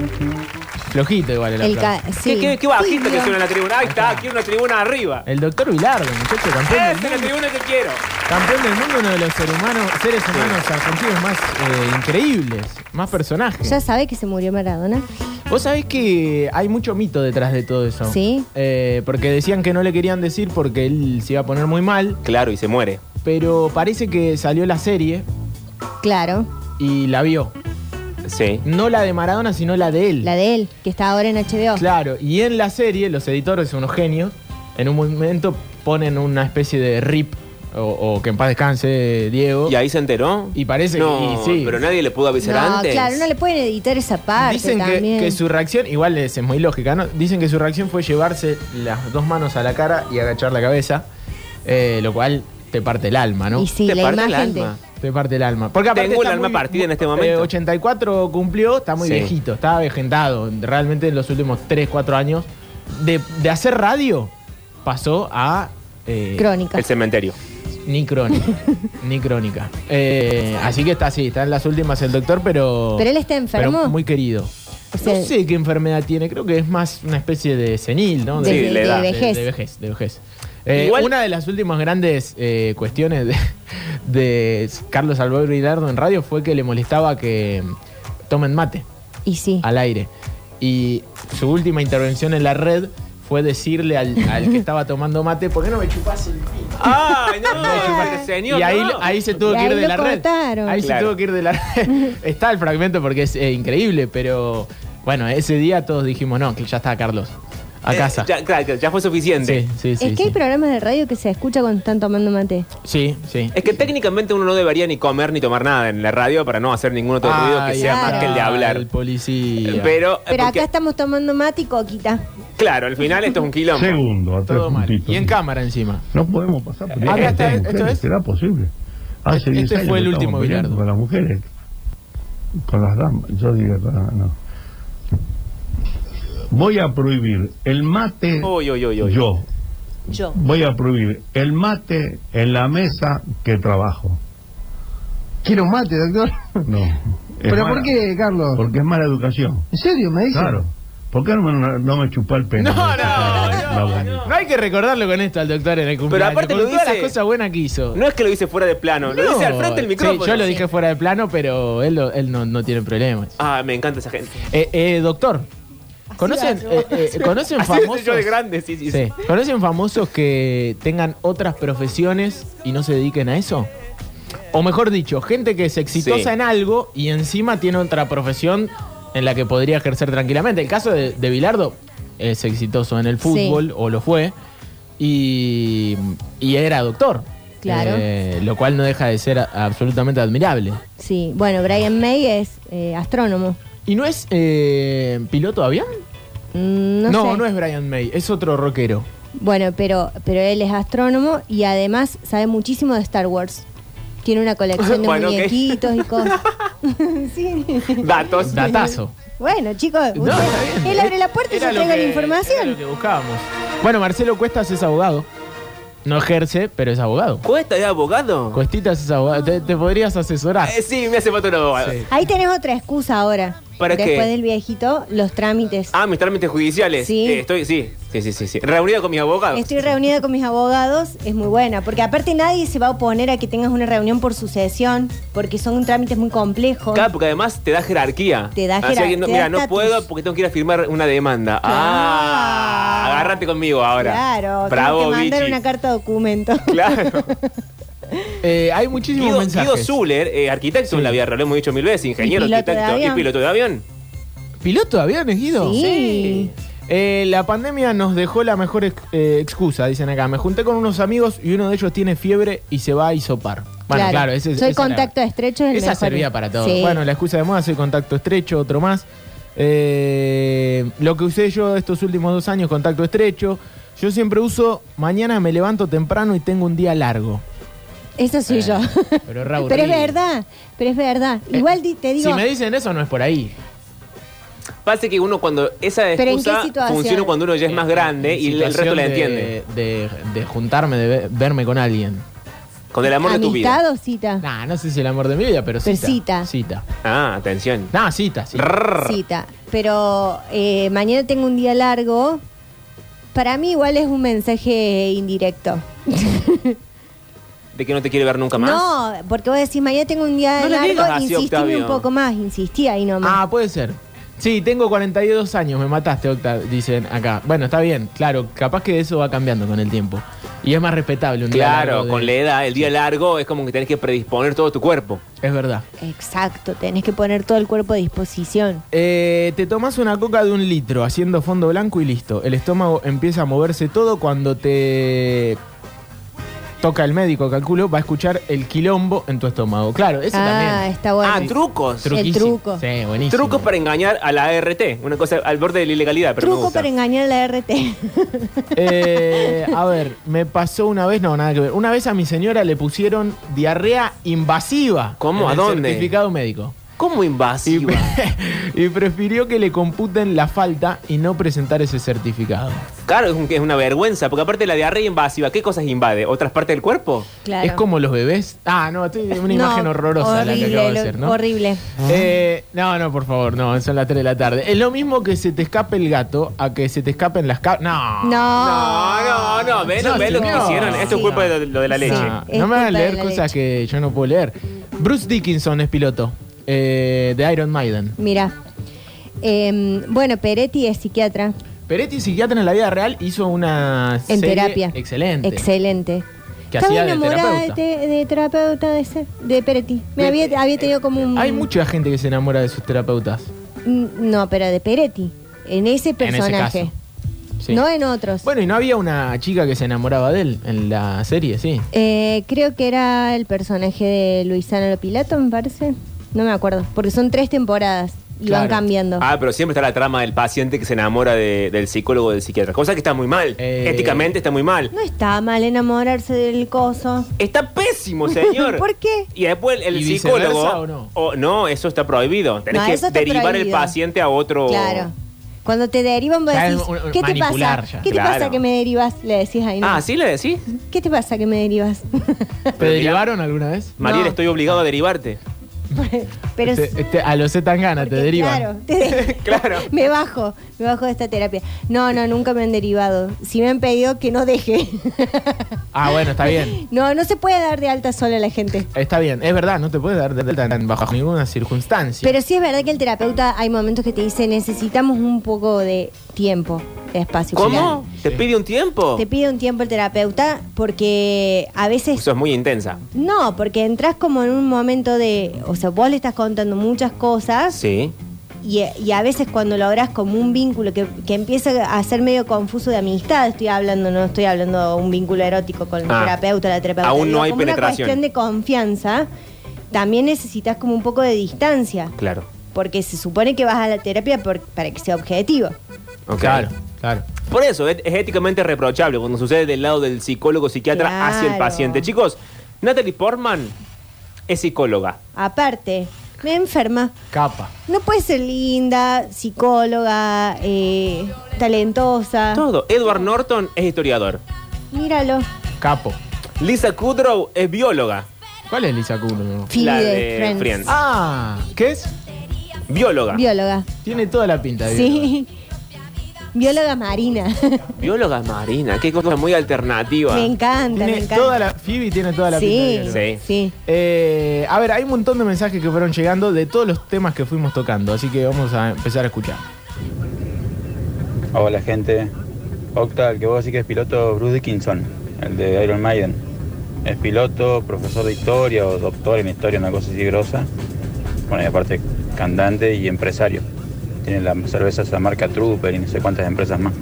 Speaker 5: Flojito igual el,
Speaker 6: El
Speaker 5: aplauso.
Speaker 6: ca- sí.
Speaker 7: ¿Qué, qué, qué bajito
Speaker 6: Sí,
Speaker 7: que
Speaker 6: Dios.
Speaker 7: suena la tribuna. Ahí está, quiero una tribuna arriba.
Speaker 5: El doctor Vilardo, muchacho, campeón
Speaker 7: Esta
Speaker 5: del
Speaker 7: es la
Speaker 5: mundo.
Speaker 7: tribuna que quiero.
Speaker 5: Campeón del mundo, uno de los seres humanos, seres humanos argentinos más eh, increíbles, más personajes.
Speaker 6: Ya sabe que se murió Maradona.
Speaker 5: Vos sabés que hay mucho mito detrás de todo eso.
Speaker 6: Sí.
Speaker 5: Eh, porque decían que no le querían decir porque él se iba a poner muy mal,
Speaker 7: Claro, y se muere.
Speaker 5: pero parece que salió la serie
Speaker 6: Claro.
Speaker 5: y la vio.
Speaker 7: Sí.
Speaker 5: No la de Maradona, sino la de él.
Speaker 6: La de él, que está ahora en HBO.
Speaker 5: Claro, y en la serie los editores son unos genios. En un momento ponen una especie de rip o, o que en paz descanse Diego.
Speaker 7: ¿Y ahí se enteró?
Speaker 5: Y parece que-
Speaker 7: no,
Speaker 5: y sí.
Speaker 7: Pero nadie le pudo avisar
Speaker 6: No,
Speaker 7: antes.
Speaker 6: claro, no le pueden editar esa parte
Speaker 5: Dicen que,
Speaker 6: también.
Speaker 5: que su reacción, igual es, es muy lógica, ¿no? Dicen que su reacción fue llevarse las dos manos a la cara y agachar la cabeza, eh, lo cual te parte el alma, ¿no?
Speaker 6: Y sí,
Speaker 7: Te
Speaker 6: la
Speaker 7: parte el
Speaker 6: imagen te-
Speaker 7: alma.
Speaker 5: Te parte el alma. Porque aparte
Speaker 7: Tengo el
Speaker 5: está
Speaker 7: alma
Speaker 5: muy-
Speaker 7: partida en este
Speaker 5: eh,
Speaker 7: momento.
Speaker 5: 84 cumplió, está muy
Speaker 7: Sí.
Speaker 5: viejito, está avejentado. Realmente en los últimos 3, 4 años de, de hacer radio pasó a... eh,
Speaker 6: Crónica.
Speaker 7: El cementerio.
Speaker 5: Ni crónica. ni crónica. Eh, así que está así, está en las últimas el doctor, pero...
Speaker 6: Pero él está enfermo.
Speaker 5: pero muy querido.
Speaker 6: O sea-
Speaker 5: no sé qué enfermedad tiene, creo que es más una especie de senil, ¿no?
Speaker 6: De-
Speaker 7: Sí, de- le da.
Speaker 6: de vejez.
Speaker 5: De, vejez, de vejez. Eh,
Speaker 7: Igual-
Speaker 5: Una de las últimas grandes eh, cuestiones de, de Carlos Alberto Hilardo en radio fue que le molestaba que tomen mate
Speaker 6: Y sí.
Speaker 5: al aire. Y su última intervención en la red fue decirle al, al que estaba tomando mate, ¿por qué no me chupás el pito?
Speaker 7: ¡Ay, no! señor,
Speaker 5: Y ahí,
Speaker 7: no.
Speaker 5: ahí se tuvo
Speaker 6: Y
Speaker 5: que ir
Speaker 6: ahí
Speaker 5: de
Speaker 6: lo
Speaker 5: la
Speaker 6: cortaron.
Speaker 5: red. Ahí se
Speaker 7: Claro.
Speaker 5: tuvo que ir de la red. Está el fragmento porque es eh, increíble, pero bueno, ese día todos dijimos, no, que ya está Carlos. A
Speaker 7: Eh,
Speaker 5: casa.
Speaker 7: ya, claro, ya- ya fue suficiente.
Speaker 5: sí, sí, sí.
Speaker 6: es que hay
Speaker 5: sí.
Speaker 6: programas de radio que se escucha cuando están tomando mate.
Speaker 5: sí, sí.
Speaker 7: Es que técnicamente uno no debería ni comer ni tomar nada en la radio para no hacer ningún otro ruido que
Speaker 5: Ay,
Speaker 7: sea
Speaker 5: ay,
Speaker 7: más que el de hablar.
Speaker 5: El policía.
Speaker 7: Pero, eh,
Speaker 6: Pero
Speaker 7: porque-
Speaker 6: acá estamos tomando mate y coquita.
Speaker 7: claro, al final esto es un quilombo.
Speaker 8: Segundo, a tres
Speaker 5: Todo mal.
Speaker 8: puntitos.
Speaker 5: Y en cámara encima.
Speaker 8: No podemos pasar por
Speaker 5: Acá
Speaker 8: ahí.
Speaker 5: está,
Speaker 8: Ustedes,
Speaker 5: esto es.
Speaker 8: ¿Será posible?
Speaker 5: Este
Speaker 8: Hace 10
Speaker 5: fue el
Speaker 8: años que estamos
Speaker 5: último
Speaker 8: peleando
Speaker 5: Bilardo.
Speaker 8: Con las mujeres. Con las damas. Yo digo, con las- no. Voy a prohibir el mate.
Speaker 7: Uy, uy, uy, uy.
Speaker 8: Yo.
Speaker 6: Yo.
Speaker 8: Voy a prohibir el mate en la mesa que trabajo.
Speaker 9: Quiero un mate, doctor.
Speaker 8: No. es
Speaker 9: ¿Pero
Speaker 8: mala-
Speaker 9: por qué, Carlos?
Speaker 8: Porque es mala educación.
Speaker 9: ¿En serio me dice?
Speaker 8: Claro. ¿Por qué no me, no me chupá el pene?
Speaker 5: No, no,
Speaker 8: La
Speaker 5: no,
Speaker 8: boca.
Speaker 5: no. No hay que recordarlo con esto al doctor en el cumpleaños.
Speaker 7: aparte
Speaker 5: con
Speaker 7: lo
Speaker 5: todas
Speaker 7: dice-
Speaker 5: las cosas buenas que hizo.
Speaker 7: No es que lo dice fuera de plano, lo
Speaker 5: No.
Speaker 7: dice al frente del
Speaker 5: Sí,
Speaker 7: micrófono.
Speaker 5: yo lo dije fuera de plano, pero él, lo- él no, no tiene problemas.
Speaker 7: Ah, me encanta esa gente.
Speaker 5: Eh, eh, doctor, ¿conocen, eh, eh, ¿conocen
Speaker 7: Así soy
Speaker 5: famosos?
Speaker 7: yo de grande, sí, sí. sí.
Speaker 5: Sí. ¿Conocen famosos que tengan otras profesiones y no se dediquen a eso? O mejor dicho, gente que es exitosa
Speaker 7: Sí.
Speaker 5: en algo y encima tiene otra profesión en la que podría ejercer tranquilamente. El caso de, de Bilardo es exitoso en el fútbol, o lo fue, y, y era doctor.
Speaker 6: Claro.
Speaker 5: Eh, lo cual no deja de ser a- absolutamente admirable.
Speaker 6: Sí. Bueno, Brian May es eh, astrónomo.
Speaker 5: ¿Y no es eh, piloto de avión?
Speaker 6: Mm, No,
Speaker 5: no,
Speaker 6: sé.
Speaker 5: es Brian May, es otro rockero.
Speaker 6: Bueno, pero, pero él es astrónomo y además sabe muchísimo de Star Wars. Tiene una colección de
Speaker 7: Bueno, ok.
Speaker 6: muñequitos y cosas. sí.
Speaker 7: Datos.
Speaker 5: Datazo.
Speaker 6: Bueno, chicos,
Speaker 5: No,
Speaker 6: ustedes-
Speaker 5: está bien.
Speaker 6: él abre la puerta y
Speaker 5: Era
Speaker 6: yo
Speaker 5: lo
Speaker 6: traigo la
Speaker 5: que- era
Speaker 6: información.
Speaker 5: lo que buscábamos. Bueno, Marcelo Cuestas es abogado. No ejerce, pero es abogado.
Speaker 7: ¿Cuesta de abogado?
Speaker 5: Cuestitas es abogado. Te, te podrías asesorar.
Speaker 7: Eh, sí, me hace falta un abogado.
Speaker 5: Ah. Sí.
Speaker 6: Ahí tenés otra excusa ahora.
Speaker 7: ¿Para qué?
Speaker 6: Después del viejito, los trámites.
Speaker 7: Ah, mis trámites judiciales.
Speaker 6: Sí.
Speaker 7: Eh, estoy, sí. Sí, sí, sí, sí. Reunido con mis abogados.
Speaker 6: Estoy reunida con mis abogados, es muy buena, porque aparte nadie se va a oponer a que tengas una reunión por sucesión, porque son trámites muy complejos.
Speaker 7: Claro, porque además te da jerarquía.
Speaker 6: Te da
Speaker 7: Así
Speaker 6: jerar-
Speaker 7: que no-
Speaker 6: te da
Speaker 7: Mira, no
Speaker 6: estatus.
Speaker 7: puedo porque tengo que ir a firmar una demanda. Ah,
Speaker 6: Claro.
Speaker 7: agárrate conmigo ahora.
Speaker 6: Claro,
Speaker 7: Bravo,
Speaker 6: tengo que mandar
Speaker 7: Vichy.
Speaker 6: una carta documento.
Speaker 7: Claro.
Speaker 5: Eh, hay muchísimos
Speaker 7: Guido, Guido
Speaker 5: mensajes.
Speaker 7: Zuller, eh, arquitecto en la vida real, lo hemos dicho mil veces, ingeniero,
Speaker 6: Y piloto de
Speaker 7: arquitecto y
Speaker 6: avión.
Speaker 7: piloto de avión.
Speaker 5: ¿Piloto de aviones, Guido?
Speaker 6: Sí.
Speaker 5: Eh, la pandemia nos dejó la mejor ex- eh, excusa, dicen acá. Me junté con unos amigos y uno de ellos tiene fiebre y se va a hisopar. Bueno, claro, ese
Speaker 6: Soy
Speaker 5: esa era-
Speaker 6: contacto estrecho. es el
Speaker 5: Esa
Speaker 6: mejor.
Speaker 5: servía para todo.
Speaker 6: Sí.
Speaker 5: Bueno, la excusa de moda, soy contacto estrecho, otro más. Eh, lo que usé yo estos últimos dos años, contacto estrecho. Yo siempre uso, mañana me levanto temprano y tengo un día largo.
Speaker 6: Esa soy
Speaker 5: Eh,
Speaker 6: yo.
Speaker 5: pero re aburrido.
Speaker 6: es verdad, pero es verdad.
Speaker 5: Eh,
Speaker 6: Igual di- te digo,
Speaker 5: Si me dicen eso, no es por ahí.
Speaker 7: Pasa que uno cuando esa
Speaker 6: ¿Pero en qué
Speaker 7: excusa
Speaker 6: situación?
Speaker 7: funciona cuando uno ya es más grande
Speaker 5: Eh, En
Speaker 7: y el resto
Speaker 5: situación
Speaker 7: la
Speaker 5: de-
Speaker 7: entiende.
Speaker 5: De, de juntarme, de ve- verme con alguien.
Speaker 7: Con el amor de tu vida.
Speaker 6: amistad o cita.
Speaker 5: Nah, no sé si el amor de mi vida, pero
Speaker 6: Pero
Speaker 5: cita.
Speaker 6: cita.
Speaker 5: Cita.
Speaker 7: Ah, atención.
Speaker 5: Nah, cita, cita.
Speaker 6: Cita. Pero eh, mañana tengo un día largo. Para mí igual es un mensaje indirecto.
Speaker 7: De que no te quiere ver nunca más.
Speaker 6: No, porque vos decís, mañana tengo un día
Speaker 7: No le
Speaker 6: largo,
Speaker 7: digas así,
Speaker 6: insistime
Speaker 7: Octavio.
Speaker 6: un poco más, insistí ahí nomás.
Speaker 5: Ah, puede ser. Sí, tengo 42 años, me mataste, Octa, dicen acá. Bueno, está bien, claro, capaz que eso va cambiando con el tiempo. Y es más respetable un día largo
Speaker 7: Claro,
Speaker 5: de-
Speaker 7: con la edad, el día largo es como que tenés que predisponer todo tu cuerpo.
Speaker 5: Es verdad.
Speaker 6: Exacto, tenés que poner todo el cuerpo a disposición.
Speaker 5: Eh, te tomas una coca de un litro haciendo fondo blanco y listo. El estómago empieza a moverse todo cuando te toca el médico, calculo, va a escuchar el quilombo en tu estómago. Claro, eso
Speaker 6: ah,
Speaker 5: también.
Speaker 6: está bueno.
Speaker 7: Ah, trucos.
Speaker 6: Tru-
Speaker 5: Truquísimo.
Speaker 6: truco.
Speaker 5: Sí, buenísimo.
Speaker 7: Trucos para engañar a la ART. Una cosa al borde de la ilegalidad, pero me
Speaker 6: Truco
Speaker 7: gusta.
Speaker 6: para engañar a la RT.
Speaker 5: Eh, a ver, me pasó una vez, no, nada que ver. Una vez a mi señora le pusieron diarrea invasiva.
Speaker 7: ¿Cómo?
Speaker 5: en
Speaker 7: ¿A
Speaker 5: el
Speaker 7: dónde?
Speaker 5: Certificado médico.
Speaker 7: ¿Cómo
Speaker 5: Y,
Speaker 7: invasiva?
Speaker 5: y prefirió que le computen la falta y no presentar ese certificado.
Speaker 7: Claro, es, un- es una vergüenza, porque aparte la diarrea invasiva, ¿qué cosas invade? ¿Otras partes del cuerpo?
Speaker 6: claro.
Speaker 5: Es como los bebés. Ah, no, estoy una imagen
Speaker 6: No,
Speaker 5: horrorosa la que
Speaker 6: horrible,
Speaker 5: acabo de
Speaker 6: lo-
Speaker 5: hacer, ¿no?
Speaker 6: Horrible.
Speaker 5: Eh, no, no, por favor, no, son las 3 de la tarde. Es lo mismo que se te escape el gato a que se te escapen las cabras. No.
Speaker 6: No.
Speaker 7: No, Ah, no, no, ven,
Speaker 5: No,
Speaker 7: ven lo que
Speaker 5: señor.
Speaker 7: hicieron. Esto es
Speaker 6: Sí.
Speaker 7: culpa de lo de la
Speaker 6: Sí.
Speaker 7: leche.
Speaker 5: No,
Speaker 6: es
Speaker 5: no me
Speaker 6: culpa
Speaker 5: hagan
Speaker 6: de
Speaker 5: leer
Speaker 6: la
Speaker 5: cosas que yo no puedo leer. Bruce Dickinson es piloto eh, de Iron Maiden.
Speaker 6: Mira. Em, bueno, Peretti es psiquiatra
Speaker 5: Peretti, psiquiatra en la vida real, hizo una
Speaker 6: en
Speaker 5: serie
Speaker 6: terapia.
Speaker 5: excelente.
Speaker 6: Excelente.
Speaker 5: Que
Speaker 6: Estaba
Speaker 5: hacía de
Speaker 6: enamorada
Speaker 5: terapeuta. Eh,
Speaker 6: de, este, de terapeuta de, ese- de Peretti. Me había, había tenido como un.
Speaker 5: Hay mucha gente que se enamora de sus terapeutas.
Speaker 6: Mm, No, pero de Peretti. En ese personaje.
Speaker 5: En ese caso. Sí.
Speaker 6: No en otros.
Speaker 5: Bueno, y no había una chica que se enamoraba de él en la serie, sí.
Speaker 6: Eh, creo que era el personaje de Luisana Lopilato, me parece. No me acuerdo. Porque son tres temporadas y van
Speaker 5: Claro.
Speaker 6: cambiando.
Speaker 7: Ah, pero siempre está la trama del paciente que se enamora de- del psicólogo o del psiquiatra. Cosa que está muy mal.
Speaker 5: Eh.
Speaker 7: Éticamente está muy mal.
Speaker 6: No está mal enamorarse del coso.
Speaker 7: Está pésimo, señor.
Speaker 6: ¿Por qué?
Speaker 7: Y después el, el
Speaker 5: ¿Y viceversa
Speaker 7: psicólogo.
Speaker 5: o no?
Speaker 7: o- no, eso está prohibido. Tenés
Speaker 6: No, eso
Speaker 7: que
Speaker 6: está
Speaker 7: derivar el
Speaker 6: prohibido.
Speaker 7: paciente a otro.
Speaker 6: Claro. Cuando te derivan, vos
Speaker 5: Oh. Ya,
Speaker 6: decís,
Speaker 5: un- un-
Speaker 6: ¿qué te
Speaker 5: manipular
Speaker 6: pasa?
Speaker 5: ya.
Speaker 6: ¿Qué te
Speaker 7: Claro.
Speaker 6: pasa que me derivas? Le decís ahí.
Speaker 7: Ah, ¿sí le decís?
Speaker 6: ¿Qué te pasa que me derivas?
Speaker 5: ¿Te derivaron alguna vez?
Speaker 7: Mariel,
Speaker 6: No.
Speaker 7: estoy obligado a derivarte.
Speaker 6: pero
Speaker 5: Este- este- a los Zetangana te
Speaker 6: porque,
Speaker 5: derivan.
Speaker 6: Claro, te de-
Speaker 7: Claro.
Speaker 6: Me bajo, me bajo de esta terapia. No, no, nunca me han derivado. Si me han pedido que no deje.
Speaker 5: Ah, bueno, está bien.
Speaker 6: No, no se puede dar de alta sola a la gente.
Speaker 5: Está bien, es verdad, no te puedes dar de alta en- bajo ninguna circunstancia.
Speaker 6: Pero sí es verdad que el terapeuta hay momentos que te dice necesitamos un poco de tiempo, de espacio.
Speaker 7: ¿Cómo? ¿Te pide un tiempo?
Speaker 6: Te pide un tiempo el terapeuta porque a veces
Speaker 7: Eso es muy intensa.
Speaker 6: No, porque entras como en un momento de, o sea, vos le estás contando muchas cosas
Speaker 7: Sí.
Speaker 6: y, y a veces cuando logras como un vínculo que, que empieza a ser medio confuso de amistad, estoy hablando, no estoy hablando de un vínculo erótico con el
Speaker 7: Ah.
Speaker 6: terapeuta, la terapeuta.
Speaker 7: Aún no
Speaker 6: digo,
Speaker 7: hay
Speaker 6: como una
Speaker 7: penetración.
Speaker 6: cuestión de confianza, también necesitas como un poco de distancia,
Speaker 7: Claro.
Speaker 6: porque se supone que vas a la terapia por- para que sea objetivo.
Speaker 7: Ok.
Speaker 5: Claro, claro.
Speaker 7: Por eso, es, es éticamente reprochable cuando sucede del lado del psicólogo psiquiatra
Speaker 6: Claro.
Speaker 7: hacia el paciente. Chicos, Natalie Portman es psicóloga.
Speaker 6: Aparte, me enferma.
Speaker 5: Capa.
Speaker 6: No puede ser linda, psicóloga, eh, talentosa.
Speaker 7: Todo. Edward Norton es historiador.
Speaker 6: Míralo.
Speaker 5: Capo.
Speaker 7: Lisa Kudrow es bióloga.
Speaker 5: ¿Cuál es Lisa Kudrow?
Speaker 6: Phoebe
Speaker 7: La
Speaker 6: de
Speaker 7: de
Speaker 6: Friends.
Speaker 7: Friends.
Speaker 5: Ah, ¿qué es?
Speaker 7: Bióloga.
Speaker 6: Bióloga.
Speaker 5: Tiene toda la pinta de bióloga.
Speaker 6: Sí. Bióloga marina.
Speaker 7: Bióloga marina. Qué cosa muy alternativa.
Speaker 6: me encanta, me
Speaker 5: Tiene
Speaker 6: encanta.
Speaker 5: toda la, Phoebe tiene toda la pinta de
Speaker 6: sí,
Speaker 5: bióloga.
Speaker 6: sí,
Speaker 7: bióloga.
Speaker 5: Eh, a ver, hay un montón de mensajes que fueron llegando de todos los temas que fuimos tocando, así que vamos a empezar a escuchar.
Speaker 10: Hola gente, Octa, el que vos sí que es piloto, Bruce Dickinson, el de Iron Maiden. Es piloto, profesor de historia o doctor en historia, una cosa así grosa. Bueno, y aparte cantante y empresario. Tiene la cerveza esa marca Trooper y no sé cuántas empresas más.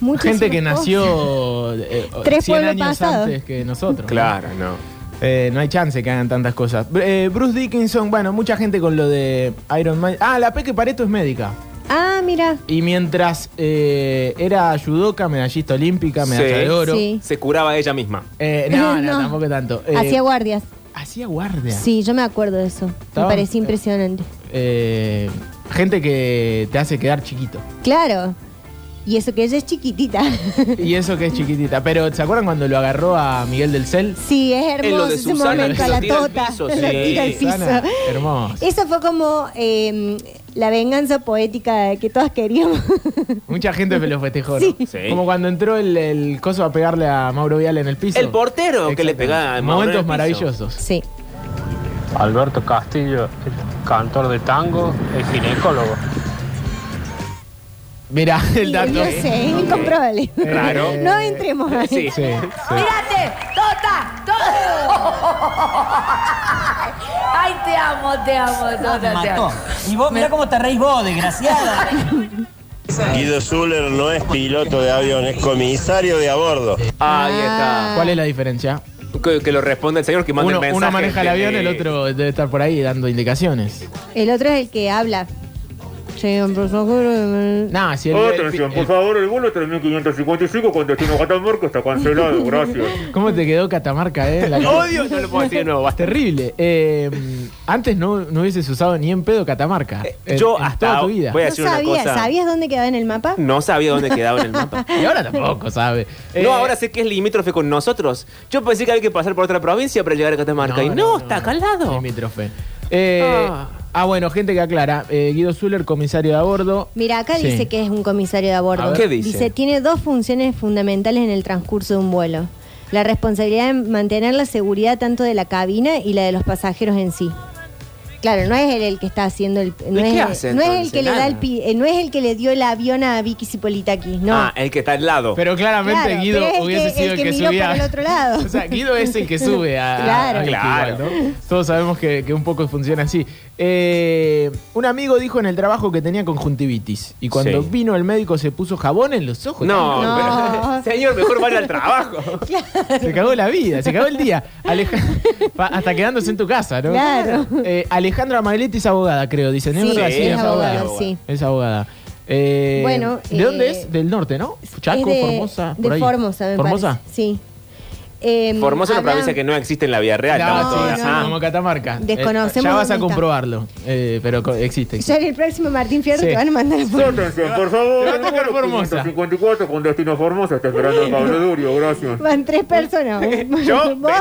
Speaker 6: Muchísimas
Speaker 5: Gente que
Speaker 6: cosas.
Speaker 5: nació eh,
Speaker 6: Oh. Tres
Speaker 5: 100
Speaker 6: pueblos
Speaker 5: años
Speaker 6: pasados.
Speaker 5: antes que nosotros.
Speaker 7: Claro, no.
Speaker 5: Eh, no hay chance que hagan tantas cosas. Br- eh, Bruce Dickinson, bueno, mucha gente con lo de Iron Man. Ah, la Peque Pareto es médica.
Speaker 6: Ah, mira.
Speaker 5: Y mientras eh, era judoka, medallista olímpica, medalla
Speaker 7: Sí.
Speaker 5: de oro.
Speaker 6: Sí.
Speaker 7: Se curaba ella misma.
Speaker 5: Eh, no, no,
Speaker 6: No.
Speaker 5: tampoco tanto. Eh,
Speaker 6: Hacía guardias.
Speaker 5: hacía guardia.
Speaker 6: Sí, yo me acuerdo de eso.
Speaker 5: Estaba-
Speaker 6: Me parecía impresionante.
Speaker 5: Eh, gente que te hace quedar chiquito.
Speaker 6: Claro. Y eso que ella es chiquitita.
Speaker 5: Y eso que es chiquitita. Pero ¿se acuerdan cuando lo agarró a Miguel del Cel?
Speaker 6: Sí, es
Speaker 7: Es lo
Speaker 6: hermoso
Speaker 7: de
Speaker 6: ese
Speaker 7: Susana,
Speaker 6: momento
Speaker 7: que
Speaker 6: a
Speaker 7: lo
Speaker 6: la
Speaker 7: tira al
Speaker 6: tota.
Speaker 7: piso,
Speaker 6: Lo
Speaker 7: sí.
Speaker 6: tira al piso.
Speaker 5: Susana, Eh, hermoso.
Speaker 6: Eso fue como eh, la venganza poética que todas queríamos.
Speaker 5: Mucha gente me lo festejó. ¿no?
Speaker 6: Sí.
Speaker 7: Sí.
Speaker 5: Como cuando entró el, el coso a pegarle a Mauro Vial en el piso.
Speaker 7: El portero que le pegaba a
Speaker 5: Exactamente.
Speaker 7: Mauro en
Speaker 5: Momentos
Speaker 7: el piso.
Speaker 5: maravillosos.
Speaker 6: sí.
Speaker 11: Alberto Castillo, el cantor de tango, es ginecólogo.
Speaker 5: Mirá el
Speaker 6: Y No
Speaker 5: dato.
Speaker 6: sé, es incomprobable.
Speaker 7: Raro.
Speaker 6: No entremos ahí.
Speaker 7: Sí.
Speaker 5: Sí, sí.
Speaker 4: ¡Mírate! ¡Tota! ¡Tota! ¡Ay, te amo, te amo, Tota! Te amo.
Speaker 3: Y vos, mirá cómo te reís vos, desgraciada.
Speaker 11: Guido Zuller no es piloto de avión, es comisario de a bordo.
Speaker 7: Ahí está.
Speaker 6: Ah.
Speaker 5: ¿Cuál es la diferencia?
Speaker 7: Que, que lo responda el señor que manda
Speaker 5: Uno,
Speaker 7: el mensaje.
Speaker 5: uno maneja el
Speaker 7: de-
Speaker 5: avión, el otro debe estar por ahí dando indicaciones.
Speaker 6: El otro es el que habla. Sí, por favor.
Speaker 5: Nah, si el, el- el-
Speaker 10: favor, el vuelo 3555 cuando tiene Catamarca está cancelado, gracias.
Speaker 5: ¿Cómo te quedó Catamarca, eh? La-
Speaker 7: Odio, no lo puedo decir de nuevo. basta.
Speaker 5: Terrible. Eh, antes no, no hubieses usado ni en pedo Catamarca. En-
Speaker 7: Eh, Yo
Speaker 5: en
Speaker 7: hasta
Speaker 5: toda tu vida.
Speaker 7: voy a
Speaker 6: No
Speaker 7: decir una
Speaker 6: sabía,
Speaker 7: cosa.
Speaker 6: ¿sabías dónde quedaba en el mapa?
Speaker 7: No sabía dónde quedaba en el mapa.
Speaker 5: Y ahora tampoco, ¿sabe? Eh,
Speaker 7: No, ahora sé que es limítrofe con nosotros. Yo pensé que había que pasar por otra provincia para llegar a Catamarca. y no, está acá al lado.
Speaker 5: Limítrofe. Eh,
Speaker 7: Ah.
Speaker 5: ah. bueno, gente que aclara. Eh, Guido Zuller, comisario de a bordo.
Speaker 6: Mira, acá
Speaker 5: Sí.
Speaker 6: dice que es un comisario de a
Speaker 7: A
Speaker 6: bordo.
Speaker 7: ver. ¿Qué dice?
Speaker 6: tiene dos funciones fundamentales en el transcurso de un vuelo. La responsabilidad de mantener la seguridad tanto de la cabina y la de los pasajeros en sí. Claro, no es él el que está haciendo el no
Speaker 7: ¿Y
Speaker 6: es,
Speaker 7: qué
Speaker 6: el-
Speaker 7: hace,
Speaker 6: no es el
Speaker 7: entonces?
Speaker 6: que le da el
Speaker 7: Nada.
Speaker 6: pi- eh, no es el que le dio el avión a Vicky Cipolitaki, no.
Speaker 7: Ah, el que está al lado.
Speaker 5: Pero claramente
Speaker 6: Claro,
Speaker 5: Guido
Speaker 6: pero es el
Speaker 5: hubiese
Speaker 6: que-
Speaker 5: sido
Speaker 6: el
Speaker 5: el
Speaker 6: que
Speaker 5: que,
Speaker 6: miró
Speaker 5: subía.
Speaker 6: para el otro lado.
Speaker 5: o sea, Guido es el que sube a. a-
Speaker 6: Claro.
Speaker 5: a-
Speaker 7: Claro.
Speaker 5: ¿no? Todos sabemos que, que un poco funciona así. Eh, un amigo dijo en el trabajo que tenía conjuntivitis. Y cuando
Speaker 7: Sí.
Speaker 5: vino el médico se puso jabón en los ojos.
Speaker 7: No,
Speaker 6: No.
Speaker 7: pero- señor, mejor vaya al trabajo.
Speaker 5: Se cagó la vida, se cagó el día. Aleja- pa- hasta quedándose en tu casa, ¿no?
Speaker 6: Claro.
Speaker 5: Eh, Alejandra Mailetti es abogada, creo, dicen. ¿Es
Speaker 6: Sí,
Speaker 5: verdad?
Speaker 7: sí,
Speaker 5: Sí,
Speaker 7: es
Speaker 6: abogada,
Speaker 7: abogada.
Speaker 6: sí.
Speaker 5: Es abogada. Eh,
Speaker 6: Bueno,
Speaker 5: ¿De
Speaker 6: eh,
Speaker 5: dónde es? Del norte, ¿no? Chaco,
Speaker 6: Es de-
Speaker 5: Formosa.
Speaker 6: De
Speaker 5: por ahí.
Speaker 6: Formosa, me
Speaker 5: ¿Formosa?
Speaker 6: parece, Sí. Eh,
Speaker 7: Formosa es una
Speaker 6: habla-
Speaker 7: provincia que no existe en la vida real.
Speaker 5: Claro,
Speaker 7: estaba
Speaker 6: no,
Speaker 7: toda-
Speaker 5: sí,
Speaker 6: no,
Speaker 5: sí,
Speaker 7: Ah,
Speaker 5: como Catamarca. Eh,
Speaker 6: Desconocemos
Speaker 5: ya vas a
Speaker 6: dónde está.
Speaker 5: comprobarlo, eh, pero co- existe.
Speaker 6: Ya en el próximo Martín Fierro
Speaker 5: Sí.
Speaker 6: te van a mandar por-
Speaker 10: por favor.
Speaker 5: Te va a tocar Formosa.
Speaker 10: 54 con destino Formosa está esperando a Pablo Durio, gracias.
Speaker 6: Van tres personas.
Speaker 7: Yo,
Speaker 6: Vos